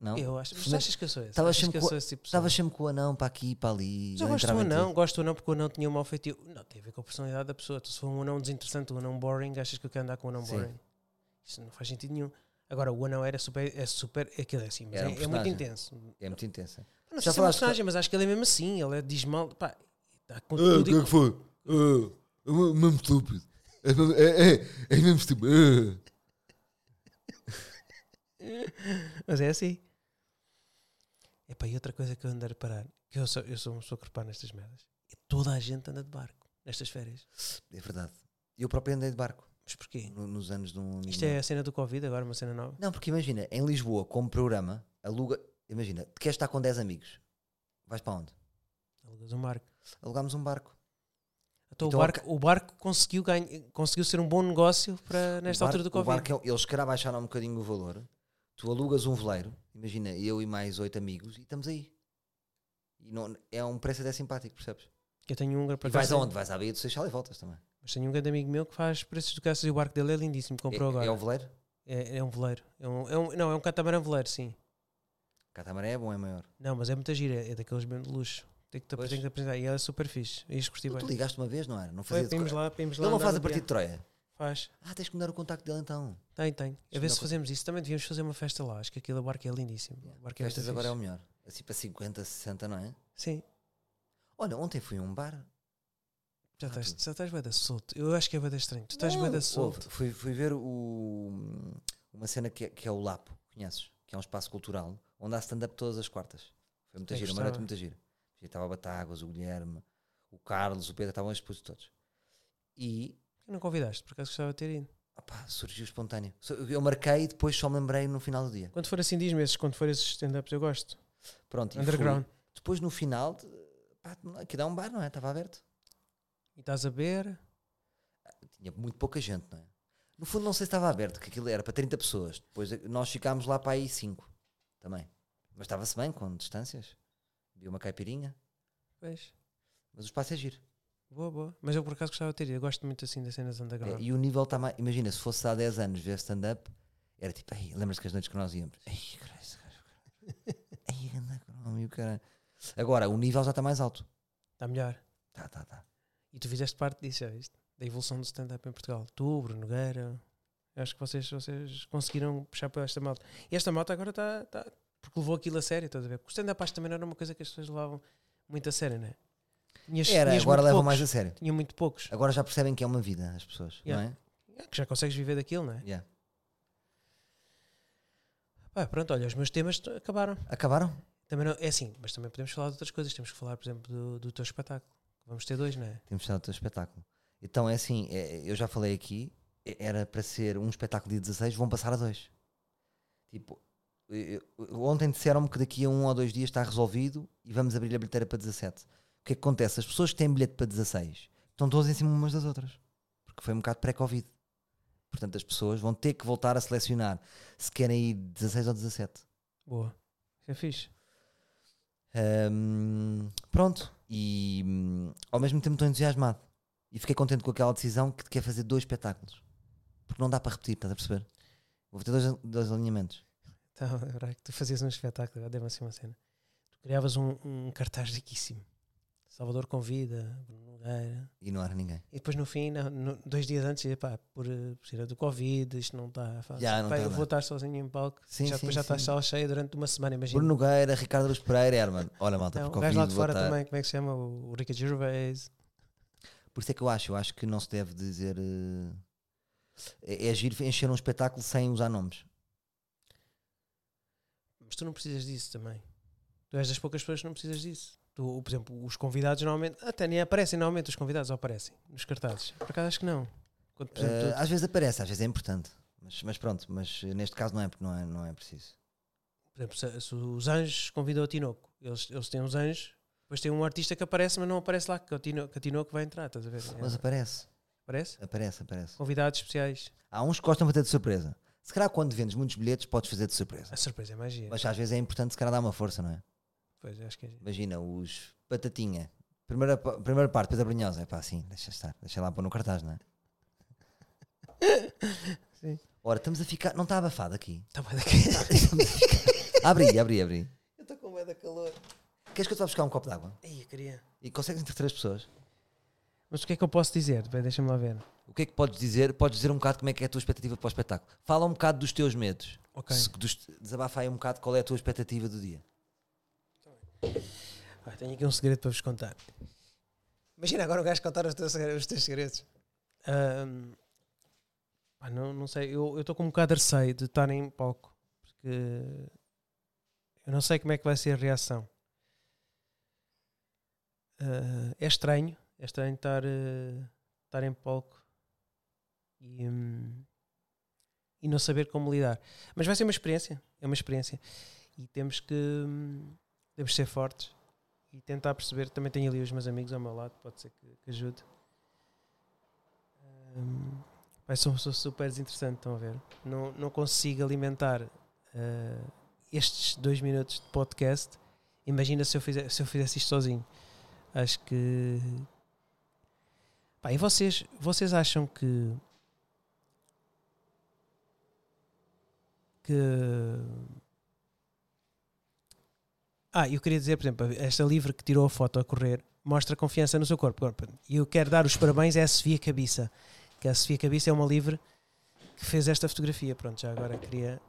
Speaker 2: Não?
Speaker 1: Eu acho. Mas
Speaker 2: Mas
Speaker 1: achas que eu sou esse?
Speaker 2: tava
Speaker 1: Achas
Speaker 2: sempre
Speaker 1: que eu
Speaker 2: co-
Speaker 1: sou esse tipo de pessoa?
Speaker 2: Estavas sempre com o anão para aqui e para ali.
Speaker 1: Mas eu
Speaker 2: não
Speaker 1: gosto do
Speaker 2: entrava em
Speaker 1: anão,
Speaker 2: tudo.
Speaker 1: gosto do anão porque o anão tinha um mau feitio. Não, tem a ver com a personalidade da pessoa. Tu, se for um anão desinteressante, um anão boring, achas que eu quero andar com um anão
Speaker 2: Sim.
Speaker 1: boring? Isso não faz sentido nenhum. Agora, o anão era super. É super. é Aquilo é assim, mas
Speaker 2: Era um
Speaker 1: é- é, muito
Speaker 2: personagem.
Speaker 1: intenso.
Speaker 2: É muito intensa.
Speaker 1: Não sei
Speaker 2: Já
Speaker 1: se é um
Speaker 2: falaste-
Speaker 1: personagem, mas acho que ele é mesmo assim. Ele é, diz mal. Pá, tá com
Speaker 3: Ah, o
Speaker 1: tudo
Speaker 3: que é
Speaker 1: e-
Speaker 3: que foi? Ah, é me- mesmo estúpido. É, mesmo- é, é, é mesmo estúpido. Ah.
Speaker 1: Mas é assim. Epá, e outra coisa que eu ando a reparar, que eu sou, eu sou uma pessoa que repara nestas merdas, é toda a gente anda de barco nestas férias.
Speaker 2: É verdade. Eu próprio andei de barco
Speaker 1: Mas porquê?
Speaker 2: no- nos anos de um. amigo
Speaker 1: Isto é a cena do Covid, agora uma cena nova.
Speaker 2: Não, porque imagina, em Lisboa, como programa, aluga. Imagina, queres estar com 10 amigos. Vais para onde?
Speaker 1: Alugas um barco.
Speaker 2: Alugámos um barco.
Speaker 1: Então,
Speaker 2: Então,
Speaker 1: o, barco o barco conseguiu, ganha, conseguiu ser um bom negócio para nesta
Speaker 2: O
Speaker 1: altura do
Speaker 2: barco- o
Speaker 1: Covid.
Speaker 2: barco é- eles querem abaixar um bocadinho o valor. Tu alugas um veleiro, imagina, eu e mais oito amigos, e estamos aí. E não- é um preço até simpático, percebes?
Speaker 1: Eu tenho um para
Speaker 2: E vais aonde? Vais à Baía do Seixal e voltas também.
Speaker 1: Mas tenho um grande amigo meu que faz preços do caças e o barco dele é lindíssimo, comprou
Speaker 2: é,
Speaker 1: agora.
Speaker 2: é o veleiro?
Speaker 1: É, é um veleiro. É um, é um- não, é um catamarã veleiro, sim.
Speaker 2: Catamaré é bom, é maior.
Speaker 1: Não, mas é muita gira, é daqueles mesmo de luxo. Tenho que te,
Speaker 2: Pois.
Speaker 1: tenho que te apresentar. E ela é super fixe. E isto curti
Speaker 2: Tu,
Speaker 1: bem.
Speaker 2: tu ligaste uma vez, não era? Não
Speaker 1: Foi,
Speaker 2: fazia de
Speaker 1: vimos
Speaker 2: co-
Speaker 1: lá, vimos lá.
Speaker 2: Ele não
Speaker 1: andar
Speaker 2: faz
Speaker 1: no
Speaker 2: a partir
Speaker 1: dia.
Speaker 2: de Troia.
Speaker 1: Faz.
Speaker 2: Ah, tens que me dar o contacto dele então.
Speaker 1: Tem, tem. A
Speaker 2: não
Speaker 1: ver se
Speaker 2: foi-
Speaker 1: fazemos isso. Também devíamos fazer uma festa lá. Acho que aquilo barco é lindíssimo. O barco é
Speaker 2: Festas
Speaker 1: muito
Speaker 2: agora é o
Speaker 1: fixe.
Speaker 2: melhor. Assim para 50, 60, não é?
Speaker 1: Sim,
Speaker 2: Olha, ontem fui a um bar.
Speaker 1: já
Speaker 2: Ah,
Speaker 1: estás,
Speaker 2: tu-
Speaker 1: já estás bué da solto. Eu acho que é bué da estranho. Tu estás bué da
Speaker 2: Não,
Speaker 1: solto.
Speaker 2: ouve, Fui, fui ver o- uma cena que é, que é o Lapo, conheces? Que é um espaço cultural onde há stand-up todas as quartas. Foi muita
Speaker 1: É,
Speaker 2: gira, uma
Speaker 1: gostava.
Speaker 2: noite muito gira. E Estava a Batáguas, o Guilherme, o Carlos, o Pedro, estavam expostos todos. E
Speaker 1: Que não convidaste, por acaso gostava de ter ido.
Speaker 2: Opá, surgiu espontâneo. Só- Eu eu marquei e depois só me lembrei no final do dia.
Speaker 1: Quando for assim, diz-me esses, quando for esses stand-ups, eu gosto.
Speaker 2: Pronto, e fui.
Speaker 1: Underground.
Speaker 2: Depois no final, de- pá, aqui dá um bar, não é? Estava aberto.
Speaker 1: E estás a beber?
Speaker 2: Tinha muito pouca gente, não é? No fundo, não sei se estava aberto, que aquilo era para 30 pessoas. Depois eh, nós ficámos lá para aí 5 também. Mas estava-se bem com distâncias. Vi uma caipirinha,
Speaker 1: Pois.
Speaker 2: mas o espaço é giro.
Speaker 1: Boa, boa. Mas eu por acaso gostava de ter ido. Eu gosto muito assim das cenas
Speaker 2: É,
Speaker 1: underground.
Speaker 2: e o nível está mais. Imagina, se fosse há 10 anos ver stand-up, era tipo, ei, lembras-te que as noites que nós íamos? Ei, caralho, esse gajo, caralho. Ei, anda, caralho, caralho. Agora, o nível já está mais alto.
Speaker 1: Está melhor.
Speaker 2: Tá, tá, tá.
Speaker 1: E tu fizeste parte disso, já viste? Da evolução do stand-up em Portugal. Tu, Bruno Nogueira. Eu acho que vocês, vocês conseguiram puxar para esta malta. E esta malta agora está. está- porque levou aquilo a sério, estás a ver? Porque o stand-up acho que também não era uma coisa que as pessoas levavam muito a sério, não é? Tinhas-
Speaker 2: Era,
Speaker 1: tinhas
Speaker 2: agora
Speaker 1: muito
Speaker 2: levam
Speaker 1: poucos.
Speaker 2: mais a sério.
Speaker 1: Tinha muito poucos.
Speaker 2: Agora já percebem que é uma vida as pessoas,
Speaker 1: Yeah.
Speaker 2: não
Speaker 1: É, que já consegues viver daquilo, não é?
Speaker 2: é? Yeah.
Speaker 1: Pá, pronto, olha, os meus temas t- acabaram.
Speaker 2: Acabaram?
Speaker 1: Também não, é assim, mas também podemos falar de outras coisas. Temos que falar, por exemplo, do, do teu espetáculo. Vamos ter dois, não é?
Speaker 2: Temos estado o teu um espetáculo. Então é assim, é- eu já falei aqui, é- era para ser um espetáculo de 16, vão passar a dois. Tipo, eu- eu- ontem disseram-me que daqui a um ou dois dias está resolvido e vamos abrir a bilheteira para 17. O que é que acontece? As pessoas que têm bilhete para 16 estão todas em cima umas das outras, porque foi um bocado pré-Covid. Portanto, as pessoas vão ter que voltar a selecionar se querem ir 16 ou 17.
Speaker 1: Boa. Isso é fixe.
Speaker 2: Hum, pronto. E hum, ao mesmo tempo estou entusiasmado. E fiquei contente com aquela decisão que quer fazer dois espetáculos. Porque não dá para repetir, estás a perceber? Vou ter dois, dois alinhamentos.
Speaker 1: [LAUGHS] Estava a lembrar que tu fazias um espetáculo, agora deu-me assim uma cena. Tu criavas um, um cartaz riquíssimo. Salvador convida, Bruno Nogueira.
Speaker 2: E não era ninguém.
Speaker 1: E depois no fim, na- no- dois dias antes, dizia, pá, por, eh, por cena do Covid, isto não está fácil.
Speaker 2: Já, não
Speaker 1: Pá,
Speaker 2: tá
Speaker 1: eu
Speaker 2: lá.
Speaker 1: vou estar sozinho em palco.
Speaker 2: Sim,
Speaker 1: já,
Speaker 2: sim,
Speaker 1: depois já estás
Speaker 2: sim.
Speaker 1: sala cheia durante uma semana, imagina.
Speaker 2: Bruno Nogueira, Ricardo Luz Pereira, Herman. Olha, malta,
Speaker 1: Não,
Speaker 2: por
Speaker 1: o gajo lá de
Speaker 2: Covid vou
Speaker 1: fora
Speaker 2: estar-
Speaker 1: também, como é que se chama? O, o Ricky Gervais.
Speaker 2: Por isso é que eu acho, eu acho que não se deve dizer. eh, É, é giro encher um espetáculo sem usar nomes.
Speaker 1: Mas tu não precisas disso também. Tu és das poucas pessoas que não precisas disso. Tu, por exemplo, os convidados normalmente. Até nem aparecem, normalmente os convidados ou aparecem nos cartazes. Por acaso acho que não. Quando, por exemplo,
Speaker 2: Eh,
Speaker 1: tu-
Speaker 2: às vezes aparece, às vezes é importante. Mas, mas pronto, mas eh, neste caso não é, porque não é, não é preciso.
Speaker 1: por exemplo, se, se os anjos convidam o Tinoco, eles, eles têm os anjos, depois tem um artista que aparece, mas não aparece lá, que é o Tinoco, que a Tinoco vai entrar, estás a ver? É,
Speaker 2: Mas aparece,
Speaker 1: Aparece?
Speaker 2: aparece, aparece.
Speaker 1: Convidados especiais.
Speaker 2: Há uns que gostam de ter de surpresa. Se calhar quando vendes muitos bilhetes podes fazer de surpresa.
Speaker 1: A surpresa é magia.
Speaker 2: Mas às vezes é importante se calhar dar uma força, não é?
Speaker 1: Pois, acho que é.
Speaker 2: Imagina, os batatinha. Primeira, pa- primeira parte, depois a brunhosa. É pá, sim, deixa estar. Deixa lá pôr no cartaz, não é?
Speaker 1: [LAUGHS] Sim.
Speaker 2: Ora, estamos a ficar... Não está abafado aqui?
Speaker 1: Tá bem daqui.
Speaker 2: Estamos a ficar- abri, abri, abri.
Speaker 1: [LAUGHS] Eu estou com medo da calor.
Speaker 2: Queres que eu te vá buscar um copo de água?
Speaker 1: Ai, eu queria.
Speaker 2: E consegues entreter as pessoas?
Speaker 1: Mas o que é que eu posso dizer? Bem, Deixa-me lá ver.
Speaker 2: O que é que podes dizer? Podes dizer um bocado como é que é a tua expectativa para o espetáculo. Fala um bocado dos teus medos.
Speaker 1: Ok.
Speaker 2: Se- dos- desabafa aí um bocado qual é a tua expectativa do dia.
Speaker 1: Ah, tenho aqui um segredo para vos contar. Imagina agora o gajo contar os teus, segre- os teus segredos. Ahm, pá, não, não sei, eu estou com um bocado de receio de estar em palco. Porque eu não sei como é que vai ser a reação. Ah, é estranho, é estranho estar, eh, estar em palco e, hum, e não saber como lidar. Mas vai ser uma experiência, é uma experiência. E temos que hum, temos que ser fortes e tentar perceber. Também tenho ali os meus amigos ao meu lado, pode ser que, que ajude. Hum, vai ser uma pessoa super desinteressante, estão a ver? Não, não consigo alimentar ah, estes dois minutos de podcast. Imagina se eu, fizer, se eu fizesse isto sozinho. Acho que. Pá, e vocês, vocês acham que. que ah, eu queria dizer, por exemplo, esta livre que tirou a foto a correr mostra confiança no seu corpo. Agora, E eu quero dar os parabéns à Sofia Cabiça, que a Sofia Cabiça é uma livre que fez esta fotografia. Pronto, já agora queria,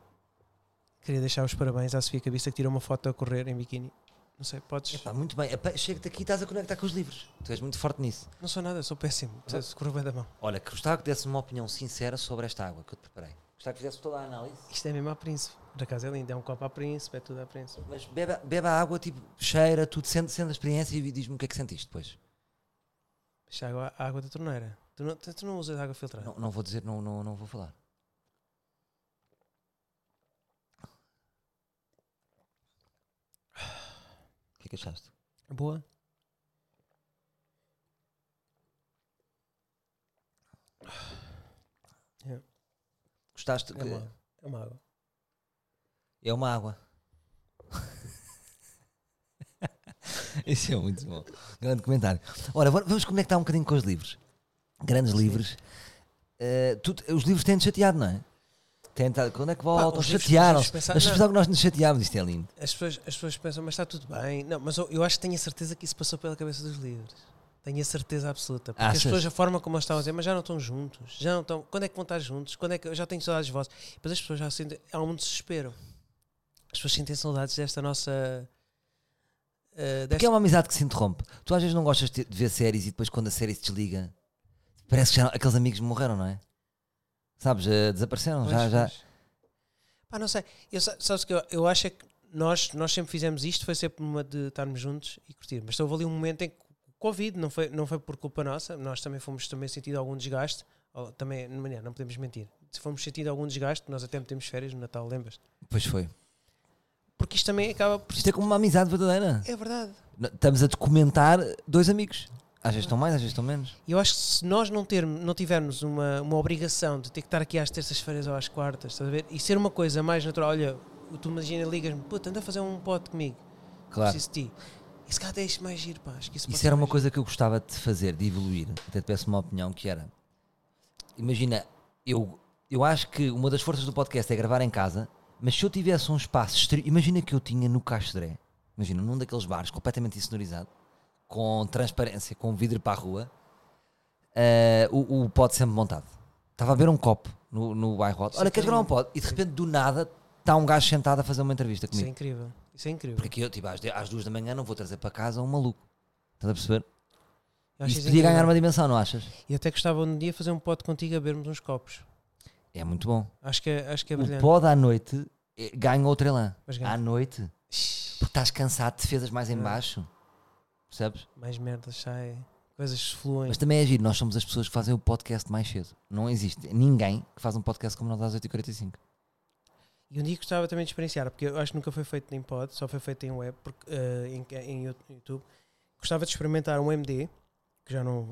Speaker 1: queria deixar os parabéns à Sofia Cabiça que tirou uma foto a correr em biquíni. Não sei, podes.
Speaker 2: Epá, muito bem. Epá, Chega-te aqui e estás a conectar com os livros. Tu és muito forte nisso.
Speaker 1: Não sou nada, sou péssimo. Se- se Correu bem da mão.
Speaker 2: Olha, que gostava que desse uma opinião sincera sobre esta água que eu te preparei. Gostava que fizesse toda a análise.
Speaker 1: Isto é mesmo à príncipe. Por acaso é lindo, é um copo à príncipe, é tudo à príncipe.
Speaker 2: Mas bebe, bebe a água, tipo, cheira, tudo, sente, sente a experiência e diz-me o que é que sentiste depois.
Speaker 1: Deixa a água, a água da torneira. Tu não, tu, tu não usas água filtrada?
Speaker 2: Não, não vou dizer, não, não, não vou falar. O que é que achaste?
Speaker 1: Boa.
Speaker 2: Gostaste?
Speaker 1: É
Speaker 2: que-
Speaker 1: uma água. É uma água.
Speaker 2: É uma água. [LAUGHS] Isso é muito bom. Grande comentário. Ora, agora vamos conectar um bocadinho com os livros. Grandes livros. Eh, tu- os livros têm-te chateado, não é? Têm -te, quando é que voltam?
Speaker 1: os livros- os livros
Speaker 2: Chatearam-se. As
Speaker 1: pensa-
Speaker 2: pessoas
Speaker 1: não.
Speaker 2: pensavam que nós nos chateámos. Isto é lindo.
Speaker 1: As pessoas, as pessoas pensam, mas está tudo bem. Não, mas eu, eu acho que tenho a certeza que isso passou pela cabeça dos líderes. Tenho a certeza absoluta. Porque
Speaker 2: Achas?
Speaker 1: as pessoas, a forma como eles estavam a dizer, mas já não estão juntos. Já não estão. Quando é que vão estar juntos? Quando é que eu já tenho saudades de vós? Depois as pessoas já sentem. Há um desespero. As pessoas sentem saudades desta nossa. eh,
Speaker 2: Porque
Speaker 1: desta,
Speaker 2: é uma amizade que se interrompe. Tu às vezes não gostas de de ver séries e depois quando a série se desliga, parece que já, aqueles amigos morreram, não é? Sabes, eh, desapareceram. já,
Speaker 1: Pois,
Speaker 2: já.
Speaker 1: pois. Pá, não sei. Eu, sa- sabes que eu, eu acho é que nós, nós sempre fizemos isto, foi sempre uma de estarmos juntos e curtir. Mas houve ali um momento em que o Covid não foi, não foi por culpa nossa, nós também fomos também sentindo algum desgaste. Ou, também, não, não podemos mentir. Se fomos sentindo algum desgaste, nós até metemos férias no Natal, lembras?
Speaker 2: Pois foi.
Speaker 1: Porque isto também acaba por.
Speaker 2: Isto é como uma amizade verdadeira.
Speaker 1: É verdade.
Speaker 2: N- Estamos a documentar dois amigos. Às vezes estão mais, às vezes estão menos.
Speaker 1: E eu acho que se nós não, termos, não tivermos uma, uma obrigação de ter que estar aqui às terças-feiras ou às quartas, estás a ver? E ser uma coisa mais natural, olha, tu imagina, ligas-me, puta, anda a fazer um pote comigo.
Speaker 2: Claro.
Speaker 1: preciso de ti. Esse cara deixa é mais giro, pá. Acho que isso, pode
Speaker 2: Isso é
Speaker 1: ser
Speaker 2: era uma
Speaker 1: mais
Speaker 2: coisa que eu gostava de fazer, de evoluir. Até te peço uma opinião que era. Imagina, eu, eu acho que uma das forças do podcast é gravar em casa, mas se eu tivesse um espaço exterior, imagina que eu tinha no Castré, imagina, num daqueles bares completamente insonorizado, com transparência, com vidro para a rua, eh, o, o pod sempre montado. Estava a beber um copo no, no bairro alto.
Speaker 1: Isso
Speaker 2: Olha,
Speaker 1: é
Speaker 2: queres
Speaker 1: tão
Speaker 2: gravar um
Speaker 1: bom.
Speaker 2: pod? E de repente, do nada, está um gajo sentado a fazer uma entrevista
Speaker 1: giro. Isso
Speaker 2: comigo.
Speaker 1: é incrível. Isso é incrível.
Speaker 2: Porque aqui eu, tipo, às, de- às duas da manhã não vou trazer para casa um maluco. Estás a perceber?
Speaker 1: Eu acho
Speaker 2: Isto
Speaker 1: isso é
Speaker 2: podia ganhar
Speaker 1: incrível.
Speaker 2: uma dimensão, não achas?
Speaker 1: E até gostava um dia fazer um pote contigo a bebermos uns copos.
Speaker 2: É muito bom.
Speaker 1: Acho que, é- acho que é
Speaker 2: o
Speaker 1: brilhante.
Speaker 2: pod à noite eh, ganha outro elan.
Speaker 1: Mas ganha.
Speaker 2: À noite. Porque estás cansado de defesas mais em
Speaker 1: É.
Speaker 2: baixo. Percebes?
Speaker 1: Mais merdas sai. Coisas fluem.
Speaker 2: Mas também é giro. Nós somos as pessoas que fazem o podcast mais cedo. Não existe ninguém que faz um podcast como nós às 8h45.
Speaker 1: E um dia gostava também de experienciar, porque eu acho que nunca foi feito em pod, só foi feito em web, porque, eh, em, em Yo- YouTube. Gostava de experimentar um MD, que já não.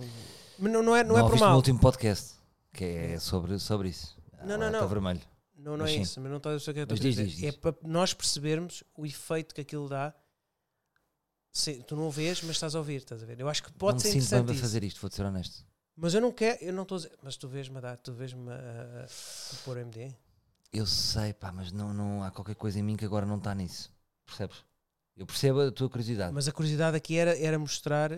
Speaker 1: Mas não, não é, não é por
Speaker 2: ouviste o meu
Speaker 1: mal.
Speaker 2: último podcast. Que é sobre, sobre isso. Ah,
Speaker 1: Não,
Speaker 2: Agora
Speaker 1: não,
Speaker 2: está
Speaker 1: não.
Speaker 2: vermelho.
Speaker 1: Não, não
Speaker 2: Mas
Speaker 1: é
Speaker 2: sim.
Speaker 1: isso, mas não está a dizer o que eu estou a
Speaker 2: Mas diz,
Speaker 1: dizer.
Speaker 2: diz, diz.
Speaker 1: É para nós percebermos o efeito que aquilo dá. Se, tu não vês, mas estás a ouvir, estás a ver? Eu acho que pode
Speaker 2: não
Speaker 1: ser
Speaker 2: me sinto bem
Speaker 1: interessante
Speaker 2: para
Speaker 1: isso.
Speaker 2: fazer isto, vou-te ser honesto.
Speaker 1: Mas eu não quero, eu não estou a dizer, mas tu vês-me a dar, tu vês-me a, a- a pôr MD.
Speaker 2: Eu sei, pá, mas não, não há qualquer coisa em mim que agora não está nisso. Percebes? Eu percebo a tua curiosidade.
Speaker 1: Mas a curiosidade aqui era, era mostrar,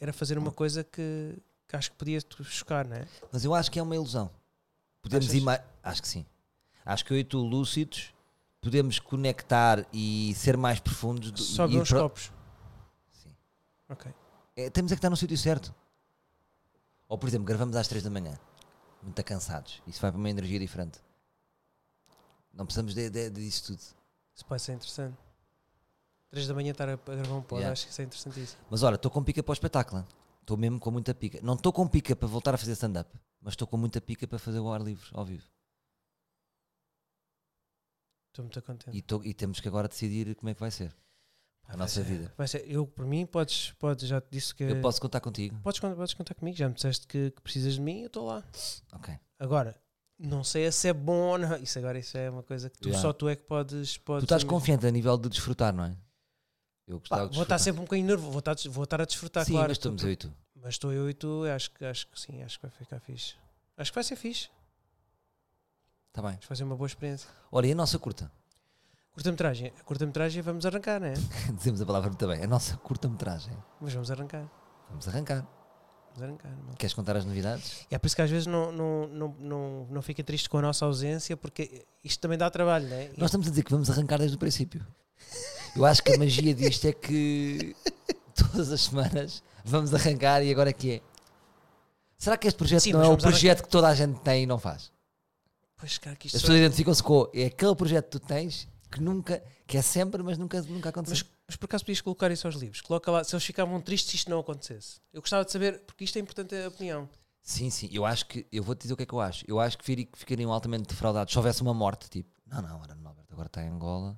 Speaker 1: era fazer
Speaker 2: Hum.
Speaker 1: uma coisa que, que acho que podia te chocar, não é?
Speaker 2: Mas eu acho que é uma ilusão. Podemos
Speaker 1: Achas?
Speaker 2: ima- Acho que sim. Acho que eu e tu, lúcidos, podemos conectar e ser mais profundos. do-
Speaker 1: Só
Speaker 2: e
Speaker 1: ver uns
Speaker 2: pro-
Speaker 1: copos.
Speaker 2: Sim.
Speaker 1: Ok.
Speaker 2: É, temos é que estar no sítio certo. Ou, por exemplo, gravamos às 3 da manhã. Muito cansados. Isso vai para uma energia diferente. Não precisamos de, de, disso tudo.
Speaker 1: Isso pode ser interessante. 3 da manhã estar a, a gravar um pod,
Speaker 2: Yeah.
Speaker 1: acho que isso é interessantíssimo.
Speaker 2: Mas olha, estou com pica para o espetáculo. Estou mesmo com muita pica. Não estou com pica para voltar a fazer stand-up, mas estou com muita pica para fazer o ar livre, ao vivo.
Speaker 1: Estou muito contente. Ah,
Speaker 2: E, tô- e temos que agora decidir como é que vai ser
Speaker 1: Vai
Speaker 2: a nossa
Speaker 1: ser-
Speaker 2: vida.
Speaker 1: Vai ser, eu, por mim, podes, podes já te disse que.
Speaker 2: Eu posso contar contigo.
Speaker 1: Podes, con- podes contar comigo, já me disseste que, que precisas de mim, eu estou lá.
Speaker 2: Ok.
Speaker 1: Agora, não sei se é bom ou não. Isso agora isso é uma coisa que tu,
Speaker 2: Yeah.
Speaker 1: só tu é que podes.
Speaker 2: Tu
Speaker 1: podes
Speaker 2: estás confiante a nível de desfrutar, não é?
Speaker 1: Pá,
Speaker 2: Eu gostava de
Speaker 1: vou estar
Speaker 2: desfrutar.
Speaker 1: sempre um bocadinho nervoso, vou estar, vou estar a desfrutar,
Speaker 2: Sim,
Speaker 1: claro.
Speaker 2: mas estamos
Speaker 1: tu-
Speaker 2: eu e tu.
Speaker 1: mas estou eu e tu, eu acho, que- acho que sim, acho que vai ficar fixe. Acho que vai ser fixe.
Speaker 2: Está Tá bem.
Speaker 1: Vamos fazer uma boa experiência.
Speaker 2: Olha, e a nossa curta? [LAUGHS]
Speaker 1: Curta-metragem, a curta-metragem vamos arrancar, não é?
Speaker 2: Dizemos a palavra muito bem. A nossa curta-metragem.
Speaker 1: Mas vamos arrancar.
Speaker 2: Vamos arrancar.
Speaker 1: Vamos arrancar. malta.
Speaker 2: Queres contar as novidades?
Speaker 1: É por isso que às vezes não, não, não, não, não fica triste com a nossa ausência, porque isto também dá trabalho, não é?
Speaker 2: Nós estamos a dizer que vamos arrancar desde o princípio. Eu acho que a magia disto é que [LAUGHS] todas as semanas vamos arrancar e agora é que é. Será que este projeto
Speaker 1: Sim,
Speaker 2: não
Speaker 1: mas
Speaker 2: é o
Speaker 1: vamos arrancar-
Speaker 2: projeto que toda a gente tem e não faz?
Speaker 1: Pois, cara, que isto
Speaker 2: As
Speaker 1: só-
Speaker 2: pessoas identificam-se com é aquele projeto que tu tens que nunca, que é sempre, mas nunca, nunca aconteceu.
Speaker 1: Mas, mas por acaso podias colocar isso aos livros? Coloca lá, se eles ficavam tristes se isto não acontecesse. Eu gostava de saber, porque isto é importante a opinião.
Speaker 2: Sim, sim, eu acho que, eu vou-te dizer o que é que eu acho. Eu acho que firi- ficariam altamente defraudados se houvesse uma morte, tipo, não, não, Arano Alberto agora está em Angola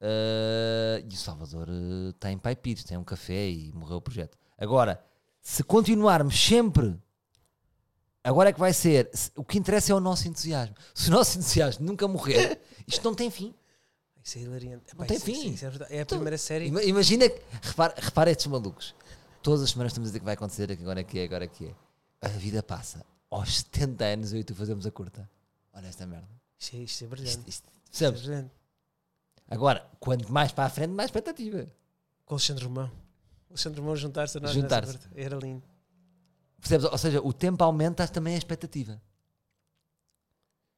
Speaker 2: ah, e o Salvador ah, está em Pai Pires, tem um café e morreu o projeto. Agora, se continuarmos sempre, agora é que vai ser, se- o que interessa é o nosso entusiasmo. Se o nosso [LAUGHS] entusiasmo nunca morrer, isto não tem fim.
Speaker 1: Isso é hilariante. Epá,
Speaker 2: Não tem
Speaker 1: isso- isso-
Speaker 2: fim. Então,
Speaker 1: isso é, verdade. É a primeira série.
Speaker 2: Ima- Imagina, que- repara, repara estes malucos. Todas as semanas estamos a dizer que vai acontecer, que agora é que é, agora é que é. A vida passa. Aos 70 anos eu e tu fazemos a curta. Olha esta merda.
Speaker 1: Isto é, isto é
Speaker 2: Isto-
Speaker 1: brilhante.
Speaker 2: isto-
Speaker 1: Isto é
Speaker 2: percebes?
Speaker 1: brilhante.
Speaker 2: Agora, quanto mais para a frente, mais expectativa.
Speaker 1: Com o Alexandre Romão. O Alexandre Romão juntar-se a nós.
Speaker 2: Juntar-se.
Speaker 1: nessa parte. Era lindo.
Speaker 2: Percebes? Ou seja, o tempo aumenta também a expectativa.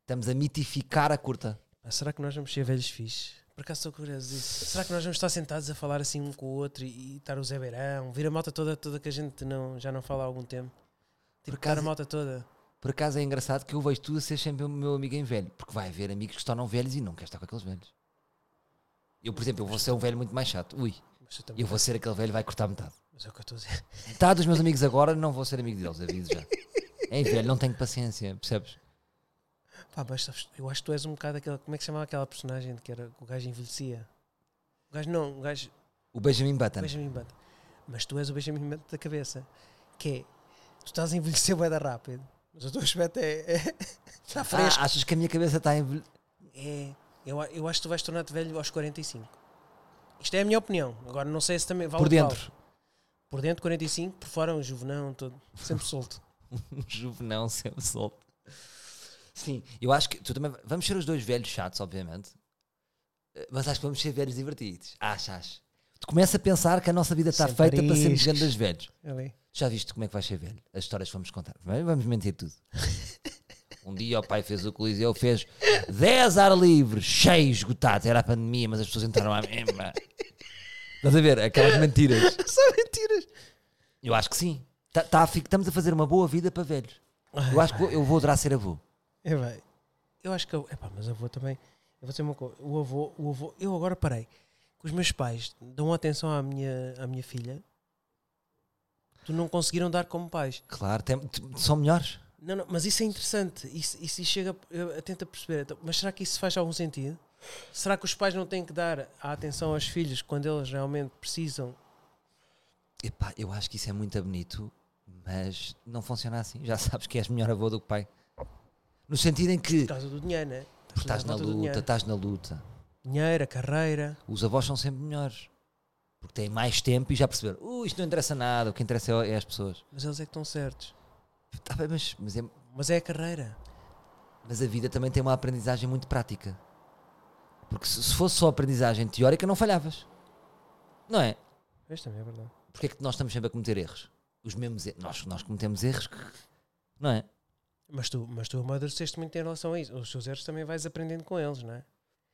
Speaker 2: Estamos a mitificar a curta.
Speaker 1: Ah, será que nós vamos ser velhos fixes? Por acaso estou curioso disso. Será que nós vamos estar sentados a falar assim um com o outro e, e estar o Zé Beirão, vir a malta toda, toda que a gente não, já não fala há algum tempo? Tipo,
Speaker 2: Por acaso-
Speaker 1: estar a malta toda.
Speaker 2: Por acaso é engraçado que eu vejo tu a ser sempre o meu amigo em velho. Porque vai haver amigos que se tornam velhos e não queres estar com aqueles velhos. Eu, por exemplo, eu vou ser um velho muito mais chato. Ui,
Speaker 1: Mas eu também.
Speaker 2: eu vou ser aquele velho que vai cortar metade.
Speaker 1: Mas é o que eu estou a dizer.
Speaker 2: Metade dos meus amigos agora não vou ser amigo deles, aviso já. Em velho, não tenho paciência, percebes?
Speaker 1: Pá, mas sabes, eu acho que tu és um bocado aquela. Como é que se chamava aquela personagem que era que o gajo envelhecia? O gajo não, o gajo.
Speaker 2: O Benjamin Button.
Speaker 1: Benjamin Button. Mas tu és o Benjamin Button da cabeça. Que é. Tu estás a envelhecer bué da rápido. Mas o teu aspecto é. [LAUGHS] é- Está fresco.
Speaker 2: Ah, achas que a minha cabeça está em velho?
Speaker 1: É. Eu, a- eu acho que tu vais tornar-te velho aos 45. Isto é a minha opinião. Agora não sei se também vale
Speaker 2: por
Speaker 1: o que vale.
Speaker 2: dentro? [LAUGHS]
Speaker 1: Por dentro, 45, por fora um juvenão todo, sempre solto.
Speaker 2: Um juvenão sempre solto. Sim, eu acho que tu também. Vamos ser os dois velhos chatos, obviamente. Eh, Mas acho que vamos ser velhos divertidos. Acho, acho. Tu começa a pensar que a nossa vida está
Speaker 1: Sem
Speaker 2: feita para sermos
Speaker 1: ariscos.
Speaker 2: grandes velhos. [LAUGHS]
Speaker 1: Ali.
Speaker 2: Já viste como é que vais ser velho? As histórias que vamos contar. Primeiro vamos mentir [LAUGHS] tudo. Um dia o pai fez o Coliseu, fez 10 ar livres, cheios, esgotados. Era a pandemia, mas as pessoas entraram à mesma. Estás a ver? Aquelas mentiras.
Speaker 1: Só mentiras.
Speaker 2: Eu acho que sim. Tá, tá a fi- estamos a fazer uma boa vida para velhos. Eu acho que vou- eu vou adorar ser avô.
Speaker 1: É bem. Eu acho que. eu- Epá, mas avô também. Eu vou dizer uma coisa. O avô, o avô. Eu agora parei. Que os meus pais dão atenção à minha, à minha filha. Tu não conseguiram dar como pais.
Speaker 2: Claro, tem- t- são melhores.
Speaker 1: Não, não, mas isso é interessante. Isso, isso chega. Eu eu tento perceber. Então, Mas será que isso faz algum sentido? Será que os pais não têm que dar a atenção aos filhos quando eles realmente precisam?
Speaker 2: Epá, eu acho que isso é muito bonito, mas não funciona assim. Já sabes que és melhor avô do que pai. No sentido em que
Speaker 1: Por causa do dinheiro, né?
Speaker 2: porque estás na
Speaker 1: volta do
Speaker 2: luta, tá-
Speaker 1: dinheiro.
Speaker 2: estás na luta.
Speaker 1: Dinheiro, a carreira.
Speaker 2: os avós são sempre melhores. Porque têm mais tempo e já perceberam, uh, isto não interessa nada, o que interessa é é as pessoas.
Speaker 1: Mas eles é que estão certos.
Speaker 2: Tá bem, mas, mas, é-
Speaker 1: Mas é a carreira.
Speaker 2: mas a vida também tem uma aprendizagem muito prática. Porque se, se fosse só aprendizagem teórica, não falhavas. Não é?
Speaker 1: Isto também é verdade.
Speaker 2: Porque é que nós estamos sempre a cometer erros? Os mesmos erros. Nós, nós cometemos erros que. Não é?
Speaker 1: Mas tu, mas tu amadureceste muito em relação a isso. Os teus erros também vais aprendendo com eles, não é?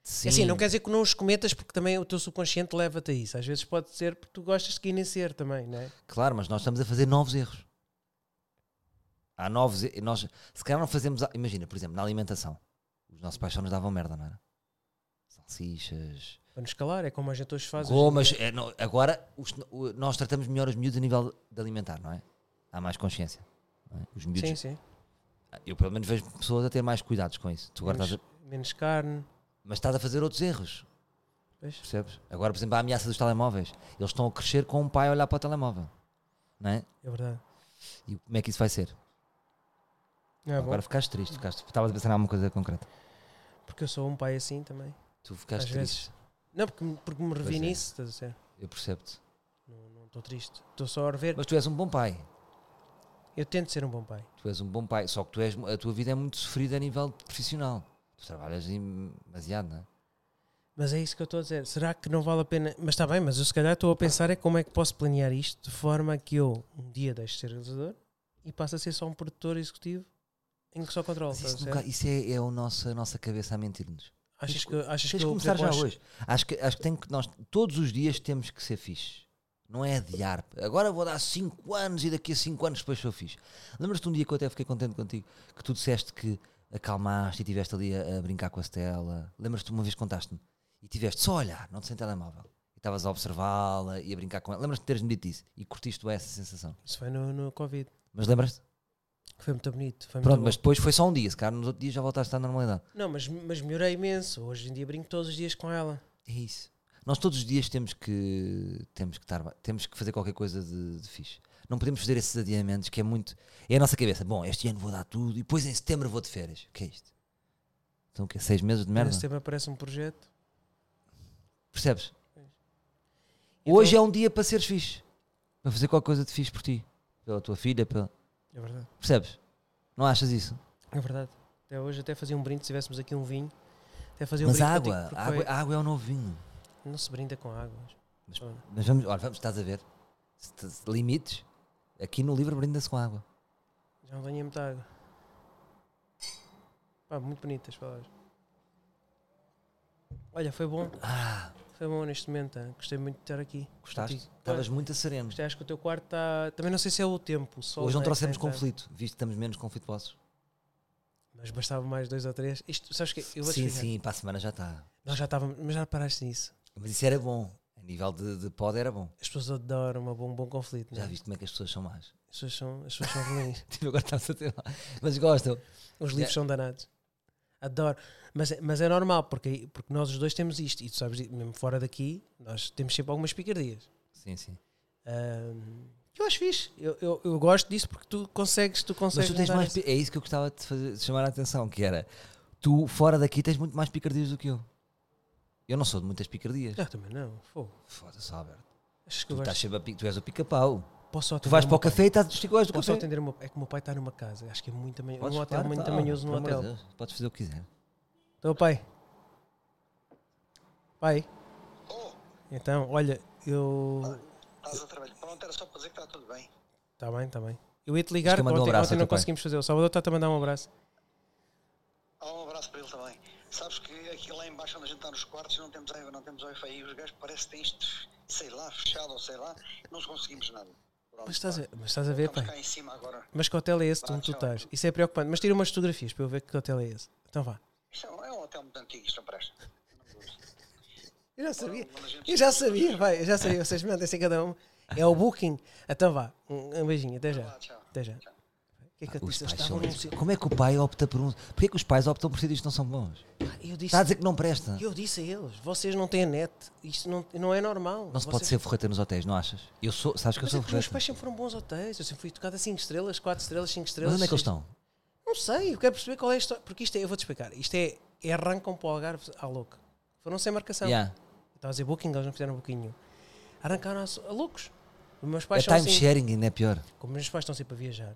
Speaker 2: Sim.
Speaker 1: Assim, não quer dizer que não os cometas porque também o teu subconsciente leva-te a isso. Às vezes pode ser porque tu gostas de que nem ser também, não é?
Speaker 2: Claro, mas nós estamos a fazer novos erros. Há novos erros. Nós, se calhar não fazemos. a- Imagina, por exemplo, na alimentação. Os nossos pais só nos davam merda, não era? Salsichas.
Speaker 1: Para nos calar, é como a gente hoje faz. hoje em
Speaker 2: Gomas.
Speaker 1: dia.
Speaker 2: é, não, agora os- o- nós tratamos melhor os miúdos a nível de alimentar, não é? Há mais consciência. não é? Os miúdos.
Speaker 1: Sim, sim.
Speaker 2: Eu pelo menos vejo pessoas a ter mais cuidados com isso. Tu agora
Speaker 1: Menos,
Speaker 2: estás a-
Speaker 1: menos carne.
Speaker 2: mas estás a fazer outros erros.
Speaker 1: Pois.
Speaker 2: Percebes? Agora, por exemplo, a ameaça dos telemóveis. Eles estão a crescer com um pai a olhar para o telemóvel. Não é?
Speaker 1: É verdade.
Speaker 2: E como é que isso vai ser?
Speaker 1: Não é
Speaker 2: agora
Speaker 1: bom.
Speaker 2: ficaste triste. Ficaste, estavas a pensar em alguma coisa concreta.
Speaker 1: Porque eu sou um pai assim também.
Speaker 2: Tu ficaste
Speaker 1: Às
Speaker 2: triste.
Speaker 1: vezes. Não, porque, me- porque me revi
Speaker 2: é.
Speaker 1: nisso, estás a dizer?
Speaker 2: Eu percebo-te.
Speaker 1: Não não estou triste. Estou só a rever.
Speaker 2: Mas tu és um bom pai.
Speaker 1: Eu tento ser um bom pai.
Speaker 2: Tu és um bom pai. Só que tu és, a tua vida é muito sofrida a nível profissional. Tu trabalhas em- demasiado, não é?
Speaker 1: Mas é isso que eu estou a dizer. Será que não vale a pena? Mas está bem, mas eu se calhar estou a pensar é como é que posso planear isto de forma que eu um dia deixe de ser realizador e passe a ser só um produtor executivo em que só controlo.
Speaker 2: Mas isso,
Speaker 1: estás a
Speaker 2: nunca-
Speaker 1: ver?
Speaker 2: isso é, é o nosso, a nossa cabeça a mentir-nos.
Speaker 1: Achas que, achas que
Speaker 2: Tens
Speaker 1: eu
Speaker 2: de começar
Speaker 1: por
Speaker 2: já
Speaker 1: exemplo, acho-
Speaker 2: hoje. Acho que, acho que tem que nós todos os dias temos que ser fixe. Não é adiar. Agora vou dar 5 anos e daqui a 5 anos depois sou fixe. Lembras-te um dia que eu até fiquei contente contigo que tu disseste que acalmaste e estiveste ali a, a brincar com a Stella. Lembras-te uma vez que contaste-me e tiveste só a olhar, não te sem telemóvel. E estavas a observá-la e a brincar com ela. Lembras-te de teres-me dito isso e curtiste bem essa sensação.
Speaker 1: Isso foi no, no Covid.
Speaker 2: Mas lembras-te?
Speaker 1: Foi muito bonito. Foi muito
Speaker 2: Pronto,
Speaker 1: bom.
Speaker 2: mas depois foi só um dia, se calhar nos outros dias já voltaste à normalidade.
Speaker 1: Não, mas, mas melhorei imenso. Hoje em dia brinco todos os dias com ela.
Speaker 2: É isso. Nós todos os dias temos que temos que estar, ba- temos que fazer qualquer coisa de, de fixe. Não podemos fazer esses adiamentos que é muito. É a nossa cabeça. Bom, este ano vou dar tudo e depois em setembro vou de férias. O que é isto? Então o quê? Seis meses de merda?
Speaker 1: Nesse tema aparece um projeto.
Speaker 2: Percebes?
Speaker 1: Então-
Speaker 2: Hoje é um dia para seres fixe. Para fazer qualquer coisa de fixe por ti. Pela tua filha, pela...
Speaker 1: É verdade.
Speaker 2: Percebes? Não achas isso?
Speaker 1: É verdade. Até hoje até fazia um brinde se tivéssemos aqui um vinho. Até fazia um
Speaker 2: Mas
Speaker 1: brinde
Speaker 2: a água,
Speaker 1: contigo, porque
Speaker 2: a água,
Speaker 1: foi-
Speaker 2: a água é o novo vinho.
Speaker 1: Não se brinda com água.
Speaker 2: Mas-
Speaker 1: Olha,
Speaker 2: Mas vamos, olha, vamos, estás a ver. Se te- se limites, aqui no livro brinda-se com água.
Speaker 1: Já não tenho muita água. Pá, muito bonitas palavras. Olha, foi bom.
Speaker 2: Ah,
Speaker 1: Foi bom neste momento. hein? Gostei muito de estar aqui.
Speaker 2: gostaste?
Speaker 1: Contigo. Tá.
Speaker 2: Estavas muito a sereno.
Speaker 1: Gostei, acho que o teu quarto está. Também não sei se é o tempo. o sol,
Speaker 2: Hoje não
Speaker 1: né,
Speaker 2: trouxemos
Speaker 1: que tem, tá?
Speaker 2: conflito, visto que estamos menos conflituosos.
Speaker 1: Mas bastava mais dois ou três. Isto, sabes que eu vou
Speaker 2: Sim,
Speaker 1: explicar.
Speaker 2: sim, para a semana já está.
Speaker 1: Nós já estávamos, mas já paraste nisso.
Speaker 2: Mas isso era bom. A nível de, de pod era bom.
Speaker 1: As pessoas adoram uma bom, um bom conflito, né?
Speaker 2: Já viste como é que as pessoas são más. [LAUGHS]
Speaker 1: As pessoas são, as pessoas são ruins.
Speaker 2: Tipo, agora estás a ter Mas gostam.
Speaker 1: Os livros são danados. Adoro. Mas, é- mas é normal, porque, porque nós os dois temos isto. E tu sabes, disso, mesmo fora daqui, nós temos sempre algumas picardias.
Speaker 2: Sim, sim.
Speaker 1: Ahm, eu acho fixe. Eu, eu, eu gosto disso porque tu consegues, tu
Speaker 2: Mas
Speaker 1: consegues.
Speaker 2: tu tens
Speaker 1: mudar
Speaker 2: mais.
Speaker 1: esse-
Speaker 2: pi- É isso que eu gostava de, fazer- de chamar a atenção, que era tu fora daqui tens muito mais picardias do que eu. Eu não sou de muitas picardias.
Speaker 1: Não, Ah, também não. Fogo.
Speaker 2: Foda-se, Alberto.
Speaker 1: Achas que
Speaker 2: Tu,
Speaker 1: eu
Speaker 2: estás
Speaker 1: gosto.
Speaker 2: sempre a pi- tu és o pica-pau.
Speaker 1: Posso só
Speaker 2: Tu vais
Speaker 1: atender
Speaker 2: para o
Speaker 1: o meu pai?
Speaker 2: café e estás tu iguais do
Speaker 1: é Posso só
Speaker 2: café.
Speaker 1: atender o meu pai? É que o meu pai está numa casa. Acho que é muito amanhoso.
Speaker 2: Podes,
Speaker 1: Um hotel
Speaker 2: claro,
Speaker 1: muito
Speaker 2: tá,
Speaker 1: amanhoso num
Speaker 2: pelo amor de
Speaker 1: hotel.
Speaker 2: Deus, Podes fazer o que quiser.
Speaker 1: Então, pai. Pai. Então, olha, eu.
Speaker 4: Oh, Estás a trabalhar. Pronto, era só para dizer que está tudo bem.
Speaker 1: Tá bem, tá bem. Eu ia te ligar,
Speaker 2: que eu mando um
Speaker 1: ontem,
Speaker 2: abraço
Speaker 1: ontem
Speaker 2: ao
Speaker 1: não
Speaker 2: teu pai.
Speaker 1: conseguimos fazer. O Salvador está-te a mandar um abraço.
Speaker 4: Há um abraço para ele também. Sabes que aqui lá embaixo onde a gente está nos quartos não temos, não temos Wi-Fi e os gajos parecem que têm isto, sei lá, fechado ou sei lá, não conseguimos nada. Pronto,
Speaker 1: Mas estás a,
Speaker 4: pá.
Speaker 1: mas estás a ver,
Speaker 4: Estamos
Speaker 1: pai.
Speaker 4: cá em cima agora.
Speaker 1: Mas que hotel é esse de onde tu
Speaker 4: Vá, tchau.
Speaker 1: estás? Isso é preocupante. Mas tira umas fotografias para eu ver que hotel é esse. Então vá.
Speaker 4: Isto é um, é um hotel muito antigo, isto não presta. Não gosto.
Speaker 1: Eu já sabia.
Speaker 4: Quando a gente
Speaker 1: Eu já sabia, vai. Eu já sabia. Vocês mentem-se em cada um. É o Booking. Então vá. Um, um beijinho. Até já.
Speaker 4: Vá, tchau.
Speaker 1: Até já. O que é que eu te
Speaker 2: Os
Speaker 1: disse? Eles
Speaker 2: pais
Speaker 1: estavam
Speaker 2: são...
Speaker 1: num sítio-
Speaker 2: Como é que o pai opta por um. Porquê que os pais optam por sítios que não são bons?
Speaker 1: Pá, Eu disse.
Speaker 2: Está Tá a dizer que não presta.
Speaker 1: Eu disse a eles, vocês não têm net, isto não, não é normal.
Speaker 2: Não se pode ser forreta nos hotéis, não achas? Eu sou, sabes que eu
Speaker 1: Mas é
Speaker 2: sou
Speaker 1: que os meus
Speaker 2: forreta.
Speaker 1: pais sempre foram bons hotéis, eu sempre fui tocado a 5 estrelas, 4 estrelas, 5
Speaker 2: Mas
Speaker 1: estrelas.
Speaker 2: onde é que eles
Speaker 1: seis-
Speaker 2: estão?
Speaker 1: Não sei, eu quero perceber qual é a história. Porque isto é, eu vou-te explicar, isto é, é arrancam para o Algarve à louca. Foram sem marcação.
Speaker 2: Yeah.
Speaker 1: Eu Estava a dizer booking, eles não fizeram bookinho. Arrancaram a, a loucos. Os meus
Speaker 2: É
Speaker 1: pais são
Speaker 2: time
Speaker 1: assim,
Speaker 2: sharing, ainda é pior.
Speaker 1: como os meus pais estão sempre a viajar.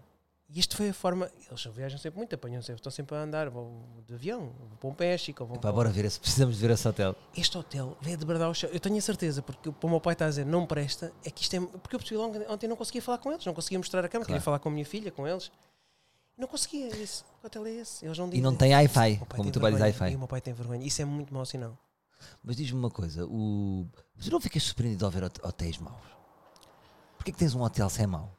Speaker 1: E isto foi a forma, eles viajam sempre muito, apanham sempre, estão sempre a andar, vão de avião, vão para um México, vão
Speaker 2: Pá,
Speaker 1: para-
Speaker 2: bora ver esse. [LAUGHS] Precisamos de ver esse hotel.
Speaker 1: este hotel veio debradar o chão. Eu tenho a certeza, porque para o meu pai está a dizer não presta, é que isto é. Porque eu percebi logo ontem não conseguia falar com eles, não conseguia mostrar a cama, queria falar com a minha filha, com eles. Não conseguia, eu disse, que hotel é esse? Eles não
Speaker 2: E
Speaker 1: dizem.
Speaker 2: não tem
Speaker 1: O meu
Speaker 2: Wi-Fi,
Speaker 1: pai
Speaker 2: como
Speaker 1: tem
Speaker 2: tu vais dizer
Speaker 1: vergonha, E o
Speaker 2: Wi-Fi.
Speaker 1: meu pai tem vergonha. Isso é muito mau sinal.
Speaker 2: Mas diz-me uma coisa, o... tu não ficas surpreendido ao ver hot- hotéis maus? Porquê que tens um hotel sem mau?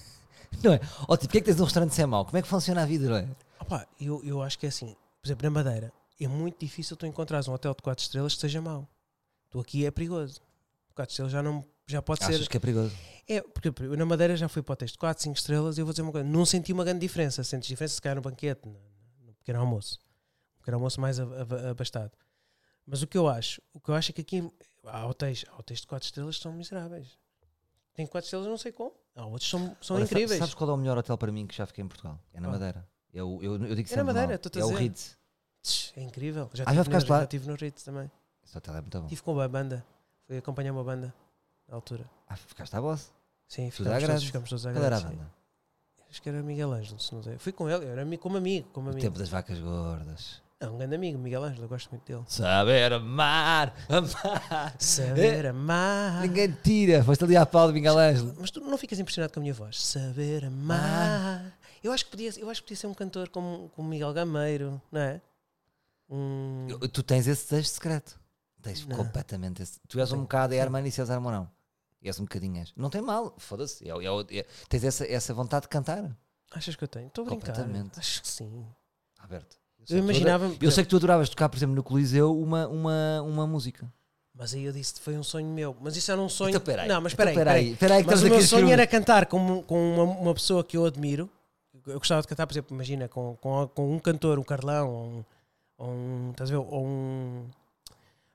Speaker 2: [LAUGHS] não é? Ou tipo, porquê que tens um restaurante sem mau? Como é que funciona a vida, não é?
Speaker 1: Opa, eu, eu acho que é assim, por exemplo, na Madeira, é muito difícil tu encontrares um hotel de 4 estrelas que seja mau. Tu aqui é perigoso. 4 estrelas já não. Já pode
Speaker 2: Achas
Speaker 1: ser.
Speaker 2: que é perigoso?
Speaker 1: É, porque eu na Madeira já fui para hotéis de 4, 5 estrelas e eu vou dizer uma coisa, não senti uma grande diferença. Sentes diferença se calhar no banquete, no, no pequeno almoço. Um pequeno almoço mais ab- ab- abastado. Mas o que eu acho, o que eu acho é que aqui há hotéis, há hotéis de 4 estrelas que são miseráveis. Tem 4 estrelas não sei como. Há outros que são, são
Speaker 2: Olha, sa-
Speaker 1: incríveis.
Speaker 2: Sabes qual é o melhor hotel para mim que já fiquei em Portugal? É na
Speaker 1: Qual?
Speaker 2: Madeira. Eu, eu, eu digo
Speaker 1: É na
Speaker 2: sempre
Speaker 1: Madeira,
Speaker 2: mal.
Speaker 1: estou-te a
Speaker 2: É o
Speaker 1: dizer.
Speaker 2: Ritz.
Speaker 1: Tch, É incrível. Já
Speaker 2: Ah, já
Speaker 1: estive
Speaker 2: ficaste lá?
Speaker 1: já tive no Ritz também.
Speaker 2: Esse hotel é muito bom.
Speaker 1: Estive com uma banda. Fui acompanhar uma banda na altura.
Speaker 2: Ah, ficaste à boss.
Speaker 1: Sim,
Speaker 2: à
Speaker 1: ficamos todos,
Speaker 2: grande.
Speaker 1: ficamos todos à
Speaker 2: Qual era a
Speaker 1: grande. sim.
Speaker 2: banda?
Speaker 1: Acho que era Miguel Ângelo, se não sei. Fui com ele, eu era ami- como amigo, como
Speaker 2: O
Speaker 1: amigo.
Speaker 2: tempo das vacas gordas.
Speaker 1: É um grande amigo, Miguel Ângelo, eu gosto muito dele.
Speaker 2: Saber amar, amar.
Speaker 1: Saber amar.
Speaker 2: É. Ninguém te tira. Foste ali à pau de Miguel Ângelo.
Speaker 1: Mas tu não ficas impressionado com a minha voz?
Speaker 2: Ah.
Speaker 1: Saber amar. Eu acho que podia, eu acho que podia ser um cantor como, como Miguel Gameiro, não é? Um,
Speaker 2: Eu- Tu tens esse desejo secreto. Tens
Speaker 1: Não.
Speaker 2: completamente esse. Tu és um bocado a Hermano e César Mourão. E és um bocadinho és. Não tem mal, foda-se. É o- é o- é- tens essa, essa vontade de cantar,
Speaker 1: Achas que eu tenho? Estou a brincar.
Speaker 2: Completamente.
Speaker 1: Acho que sim.
Speaker 2: Alberto.
Speaker 1: Eu imaginava.
Speaker 2: Eu sei que tu adoravas tocar, por exemplo, no Coliseu uma, uma, uma música.
Speaker 1: Mas aí eu disse foi um sonho meu. Mas isso era um sonho.
Speaker 2: Então, peraí.
Speaker 1: Não, mas
Speaker 2: Então,
Speaker 1: peraí.
Speaker 2: peraí.
Speaker 1: peraí.
Speaker 2: Peraí que
Speaker 1: mas
Speaker 2: estamos
Speaker 1: o meu
Speaker 2: aqui a
Speaker 1: sonho
Speaker 2: escrever.
Speaker 1: era cantar com, com uma, uma pessoa que eu admiro. eu gostava de cantar, por exemplo, imagina, com, com, com um cantor, um Carlão, ou um, ou um, estás a ver, ou um,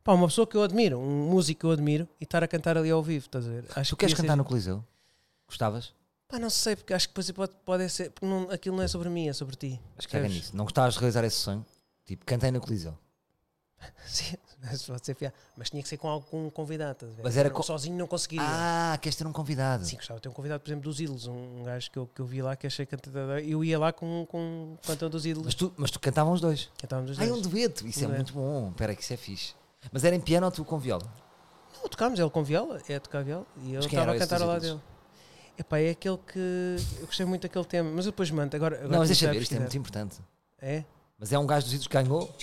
Speaker 1: pá, uma pessoa que eu admiro, um músico que eu admiro, e estar a cantar ali ao vivo, estás a ver? Acho
Speaker 2: Tu queres
Speaker 1: ia ser-
Speaker 2: cantar no Coliseu? Gostavas?
Speaker 1: Pá, não sei, porque acho que depois pode, pode ser, porque não, aquilo não é sobre mim, é sobre ti.
Speaker 2: Acho que era
Speaker 1: percebes?
Speaker 2: nisso. Não gostavas de realizar esse sonho? Tipo, cantei no Coliseu.
Speaker 1: [LAUGHS] Sim, mas pode ser fiar. Mas tinha que ser com algum convidado, estás a ver?
Speaker 2: Mas era
Speaker 1: Não,
Speaker 2: co-
Speaker 1: sozinho não conseguiria.
Speaker 2: Ah, queres ter um convidado.
Speaker 1: Sim, gostava de ter um convidado, por exemplo, dos Ídolos, um um gajo que eu, que eu vi lá que achei cantador. Eu ia lá com, com um cantor dos Ídolos.
Speaker 2: Mas tu, mas tu cantavam os dois.
Speaker 1: Cantávamos os
Speaker 2: Ah, é
Speaker 1: dois.
Speaker 2: um dueto. Isso
Speaker 1: Um
Speaker 2: é
Speaker 1: dueto.
Speaker 2: muito bom. Espera que isso é fixe. Mas era em piano ou tu com viola?
Speaker 1: Não, tocámos, ele com viola, é a tocar viola, e eu
Speaker 2: Mas quem
Speaker 1: estava
Speaker 2: era
Speaker 1: a
Speaker 2: esse tipo?
Speaker 1: cantar ao lado
Speaker 2: dos
Speaker 1: dele.
Speaker 2: Ídolos?
Speaker 1: Epá, é aquele que. Eu gostei muito daquele tema, mas eu depois mando. Agora, agora
Speaker 2: não, mas
Speaker 1: comecei
Speaker 2: deixa
Speaker 1: a
Speaker 2: ver, isto é muito
Speaker 1: pesquisar.
Speaker 2: importante.
Speaker 1: É?
Speaker 2: Mas é um gajo dos ídolos que ganhou.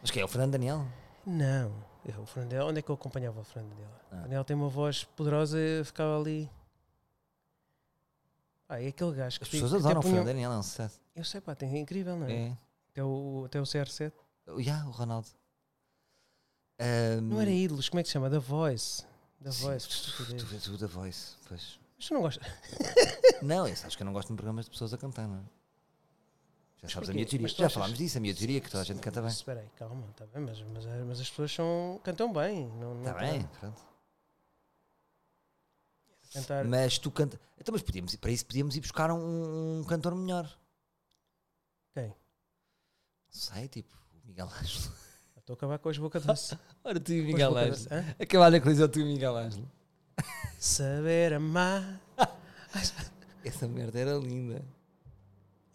Speaker 2: Mas quem é? O Fernando Daniel?
Speaker 1: Não. Eu, o Fernando Dela- onde é que eu acompanhava o Fernando dela?
Speaker 2: Ah.
Speaker 1: O Fernando Dela tem uma voz poderosa, eu ficava ali. Ah, é aquele gajo que
Speaker 2: As
Speaker 1: fica-
Speaker 2: pessoas
Speaker 1: até
Speaker 2: adoram o
Speaker 1: punham-
Speaker 2: Fernando Daniel, é um sucesso.
Speaker 1: Eu sei, pá, tem, é incrível, não é?
Speaker 2: É.
Speaker 1: Até, o, até o CR7.
Speaker 2: O- yeah, o Ronaldo.
Speaker 1: Não era ídolos, como é que se chama? Da Voice. Da
Speaker 2: Hum. Sim,
Speaker 1: Voice. que
Speaker 2: tu,
Speaker 1: estupidez.
Speaker 2: tu, tu da voz. Pois.
Speaker 1: Mas tu não gostas.
Speaker 2: Não, isso acho que eu não gosto de programas de pessoas a cantar, não é? Já sabes a
Speaker 1: porquê?
Speaker 2: minha teoria.
Speaker 1: Mas tu
Speaker 2: Já
Speaker 1: achas-
Speaker 2: falámos disso, a minha teoria é que toda a gente canta bem.
Speaker 1: Espera aí, calma, tá bem, mas, mas, mas as pessoas são, cantam bem. Não, não
Speaker 2: Está
Speaker 1: tá
Speaker 2: bem, pronto.
Speaker 1: Cantar.
Speaker 2: Mas tu canta. Então, mas podíamos, ir- para isso podíamos ir buscar um, um cantor melhor. Não
Speaker 1: Quem?
Speaker 2: sei, tipo, o Miguel Ângelo. [LAUGHS]
Speaker 1: Eu Estou a acabar com as boca doce.
Speaker 2: Ora, tu e o
Speaker 1: Com as
Speaker 2: Miguel
Speaker 1: boca
Speaker 2: Ângelo.
Speaker 1: doce, hã?
Speaker 2: Acabar a colisão, tu e o Miguel Ângelo.
Speaker 1: Saber amar.
Speaker 2: Essa merda era linda.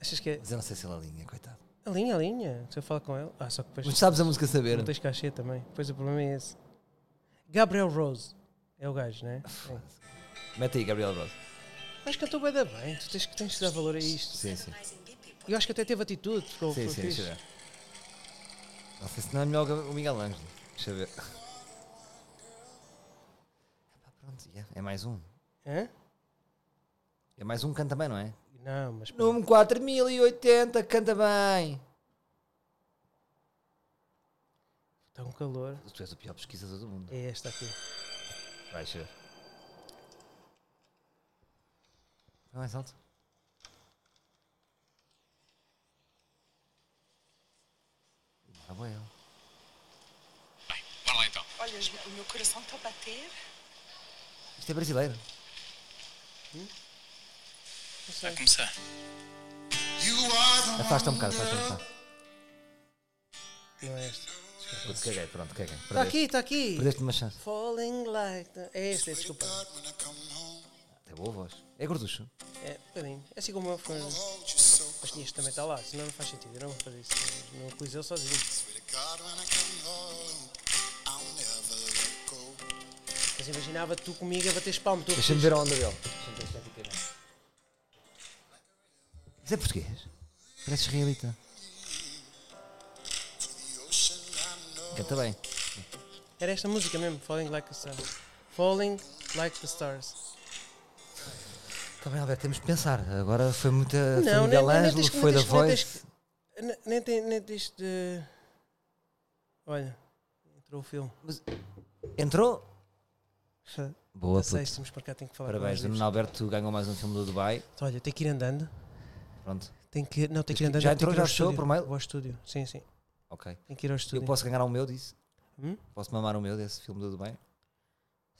Speaker 1: Achas que é.
Speaker 2: Mas eu não sei se ela alinha, coitado.
Speaker 1: A linha, a linha. Se eu falar com ele. Ah, só que depois.
Speaker 2: Mas sabes a música saber?
Speaker 1: Não tens cachê também. Pois o problema é esse. Gabriel Rose. É o gajo, né? É.
Speaker 2: Mete aí, Gabriel Bros.
Speaker 1: Mas cantou bem da bem. Tu tens que tens que dar valor a isto.
Speaker 2: Sim, sim.
Speaker 1: Eu acho que até teve atitude. Ficou,
Speaker 2: Sim,
Speaker 1: ficou
Speaker 2: sim,
Speaker 1: fixe.
Speaker 2: deixa eu ver. Não sei se não é melhor o Miguel Ângelo. Deixa eu ver. Epá, Pronto, yeah, é mais um.
Speaker 1: Hã?
Speaker 2: É mais um que canta bem, não é?
Speaker 1: Não, mas.
Speaker 2: Número 4080, canta bem.
Speaker 1: Está um calor.
Speaker 2: Tu és o pior pesquisador do mundo.
Speaker 1: É esta aqui.
Speaker 2: Vai, deixa eu ver. É mais alto? Ah, boa, ela.
Speaker 5: Bora lá então.
Speaker 6: Olha, o meu coração está a bater.
Speaker 2: Isto é brasileiro.
Speaker 5: Vai começar.
Speaker 2: É. Afasta um bocado, afasta um bocado.
Speaker 1: Não é esta.
Speaker 2: Putz, caguei, pronto, caguei.
Speaker 1: Está
Speaker 2: Perdeste,
Speaker 1: aqui, está aqui.
Speaker 2: Tá perdeste uma chance.
Speaker 1: Falling like. the- É esta, é, desculpa.
Speaker 2: Tem boa voz. É gorducho.
Speaker 1: É, um bocadinho. É assim como eu fui. Mas tinha isto também está lá, senão não faz sentido. Eu não vou fazer isso. Não pus eu sozinho. Mas imaginava tu comigo a bater palmo. Tu
Speaker 2: Deixa-me ver a onda dele. Isso é português? Parece israelita. Canta bem.
Speaker 1: Era esta música mesmo, Falling Like the Stars. Falling Like the Stars.
Speaker 2: Está bem, Alberto, temos de pensar. Agora foi muita. foi
Speaker 1: Não,
Speaker 2: Miguel
Speaker 1: nem- nem- nem
Speaker 2: Ângelo,
Speaker 1: tens que-
Speaker 2: foi
Speaker 1: nem
Speaker 2: da
Speaker 1: tens que- nem tens
Speaker 2: voz.
Speaker 1: N- Nem tem, nem diz de. Olha, entrou o filme.
Speaker 2: Entrou? Boa,
Speaker 1: Não sei
Speaker 2: puto.
Speaker 1: se temos para cá, tenho que falar
Speaker 2: Parabéns,
Speaker 1: com
Speaker 2: o
Speaker 1: eles.
Speaker 2: Nuno Alberto ganhou mais um filme do Dubai.
Speaker 1: Então, Olha, tenho que ir andando.
Speaker 2: Pronto,
Speaker 1: Tenho que, não, tenho que ir andando.
Speaker 2: Já
Speaker 1: tenho que
Speaker 2: entrou,
Speaker 1: ir ao
Speaker 2: já fechou
Speaker 1: estúdio.
Speaker 2: por mail?
Speaker 1: Vou ao estúdio, sim, sim.
Speaker 2: ok.
Speaker 1: Tenho que ir ao estúdio.
Speaker 2: Eu posso ganhar o meu disso?
Speaker 1: Hum?
Speaker 2: Posso mamar o meu desse filme do Dubai?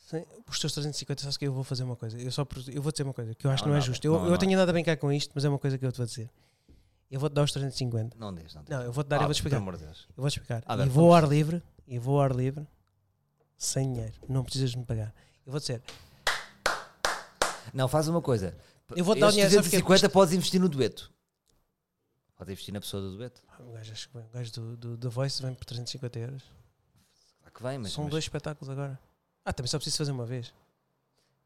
Speaker 1: Sim, os teus 350, sabes que eu vou fazer uma coisa. Eu, só, por- eu vou dizer uma coisa que eu acho que
Speaker 2: Não,
Speaker 1: não, é
Speaker 2: não,
Speaker 1: justo.
Speaker 2: não,
Speaker 1: Eu,
Speaker 2: não.
Speaker 1: eu tenho andado a brincar com isto, mas é uma coisa que eu te vou dizer. Eu vou-te dar os 350.
Speaker 2: Não deixes, não deixes.
Speaker 1: Não, eu vou-te dar, eu vou-te
Speaker 2: Ah, Pelo
Speaker 1: explicar.
Speaker 2: amor de Deus.
Speaker 1: Eu vou-te explicar.
Speaker 2: Ah, bem,
Speaker 1: e vou ao ar livre, e vou ao ar livre, sem dinheiro. Não precisas de me pagar. Eu vou dizer,
Speaker 2: Não, faz uma coisa.
Speaker 1: Eu vou-te dar o é
Speaker 2: Estes
Speaker 1: dinheiro, sabe porquê?
Speaker 2: 350 podes investir no dueto. Podes investir na pessoa do dueto.
Speaker 1: "Ah, o gajo, acho que bem, o gajo do, do, do Voice vem por 350 euros.
Speaker 2: Claro que vem, mas,
Speaker 1: São
Speaker 2: mas
Speaker 1: dois espetáculos agora. Ah, também só preciso fazer uma vez.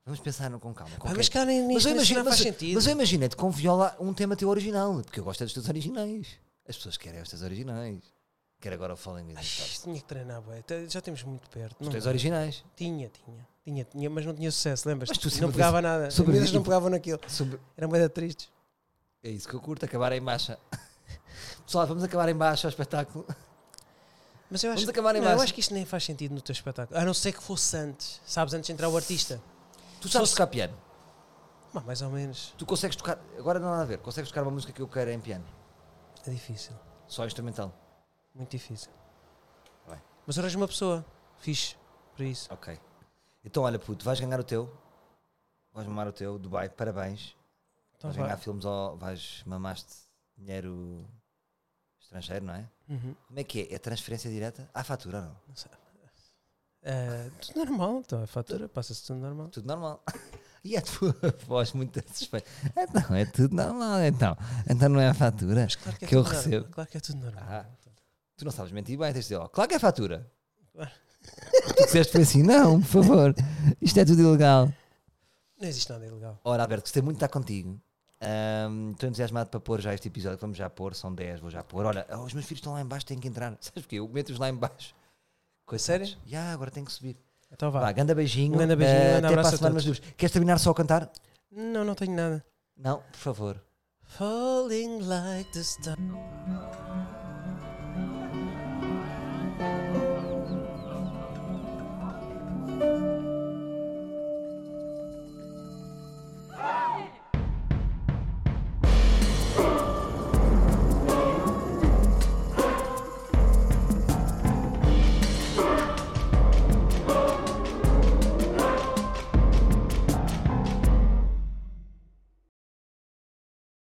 Speaker 2: vamos pensar no- com calma. com
Speaker 1: Ah, mas
Speaker 2: quem-
Speaker 1: cara, nem, nem
Speaker 2: mas eu
Speaker 1: isto
Speaker 2: imagino,
Speaker 1: não faz
Speaker 2: mas,
Speaker 1: sentido.
Speaker 2: mas eu imagino-te com viola um tema teu original, porque eu gosto é dos teus originais. As pessoas querem os teus originais. Quero agora o Falling in the
Speaker 1: Ai,
Speaker 2: Stars.
Speaker 1: tinha que treinar, bué. Te- já temos muito perto.
Speaker 2: Os
Speaker 1: Não,
Speaker 2: teus originais.
Speaker 1: tinha, tinha, tinha, tinha, mas não tinha sucesso, lembras?
Speaker 2: Mas tu sempre
Speaker 1: não pegava
Speaker 2: dizes-
Speaker 1: nada. As
Speaker 2: sobre-
Speaker 1: miúdas não pegavam naquilo.
Speaker 2: Sobre-
Speaker 1: Eram bem tristes.
Speaker 2: É isso que eu curto, acabar em baixa. [LAUGHS] Pessoal, vamos acabar em baixa ao espetáculo.
Speaker 1: Mas eu acho,
Speaker 2: Vamos acabar em
Speaker 1: não, eu
Speaker 2: baixo.
Speaker 1: acho que isto nem faz sentido no teu espetáculo. A não ser que fosse antes, sabes, antes de entrar o artista.
Speaker 2: Tu sabes tocar piano.
Speaker 1: Pá, mais ou menos.
Speaker 2: Tu consegues tocar, agora não há nada a ver, consegues tocar uma música que eu quero em piano,
Speaker 1: É difícil.
Speaker 2: só instrumental.
Speaker 1: Muito difícil.
Speaker 2: Vai. Tá
Speaker 1: Mas arranja uma pessoa fixe para isso.
Speaker 2: Ok. Então olha, puto, vais ganhar o teu, vais mamar o teu, Dubai, parabéns.
Speaker 1: Então
Speaker 2: vais
Speaker 1: vá.
Speaker 2: ganhar filmes ou vais mamaste dinheiro estrangeiro, não é?
Speaker 1: Uhum.
Speaker 2: Como é que é? É transferência direta? Há fatura ou não?
Speaker 1: Ah, tudo normal, então a fatura passa-se tudo normal.
Speaker 2: Tudo normal. [LAUGHS] E é a tua voz muito [LAUGHS] suspeita. Então, é tudo normal, então. Então não é a fatura
Speaker 1: Claro é
Speaker 2: que, eu
Speaker 1: tudo normal,
Speaker 2: recebo.
Speaker 1: Claro que é tudo normal.
Speaker 2: Ah. Tu não sabes mentir bem, tens de dizer, ó, claro que é fatura.
Speaker 1: Claro.
Speaker 2: tu disseste foi assim, não, por favor, isto é tudo ilegal.
Speaker 1: Não existe nada ilegal.
Speaker 2: Ora, Alberto, gostei muito de estar contigo. Ahm, Estou entusiasmado para pôr já este episódio. que Vamos já pôr, são 10, vou já pôr. Olha, oh, os meus filhos estão lá em baixo, têm que entrar. [LAUGHS] Sabes porquê? Eu meto-os lá em baixo.
Speaker 1: Sério?
Speaker 2: Já, agora tenho que subir.
Speaker 1: Então vá.
Speaker 2: Vá, ganda beijinho.
Speaker 1: Um ganda beijinho,
Speaker 2: eh,
Speaker 1: um grande
Speaker 2: até para
Speaker 1: abraço
Speaker 2: a
Speaker 1: a
Speaker 2: semana, meus
Speaker 1: todos.
Speaker 2: livros. Queres terminar só a cantar?
Speaker 1: Não, não tenho nada.
Speaker 2: Não, por favor.
Speaker 1: Falling like the stars.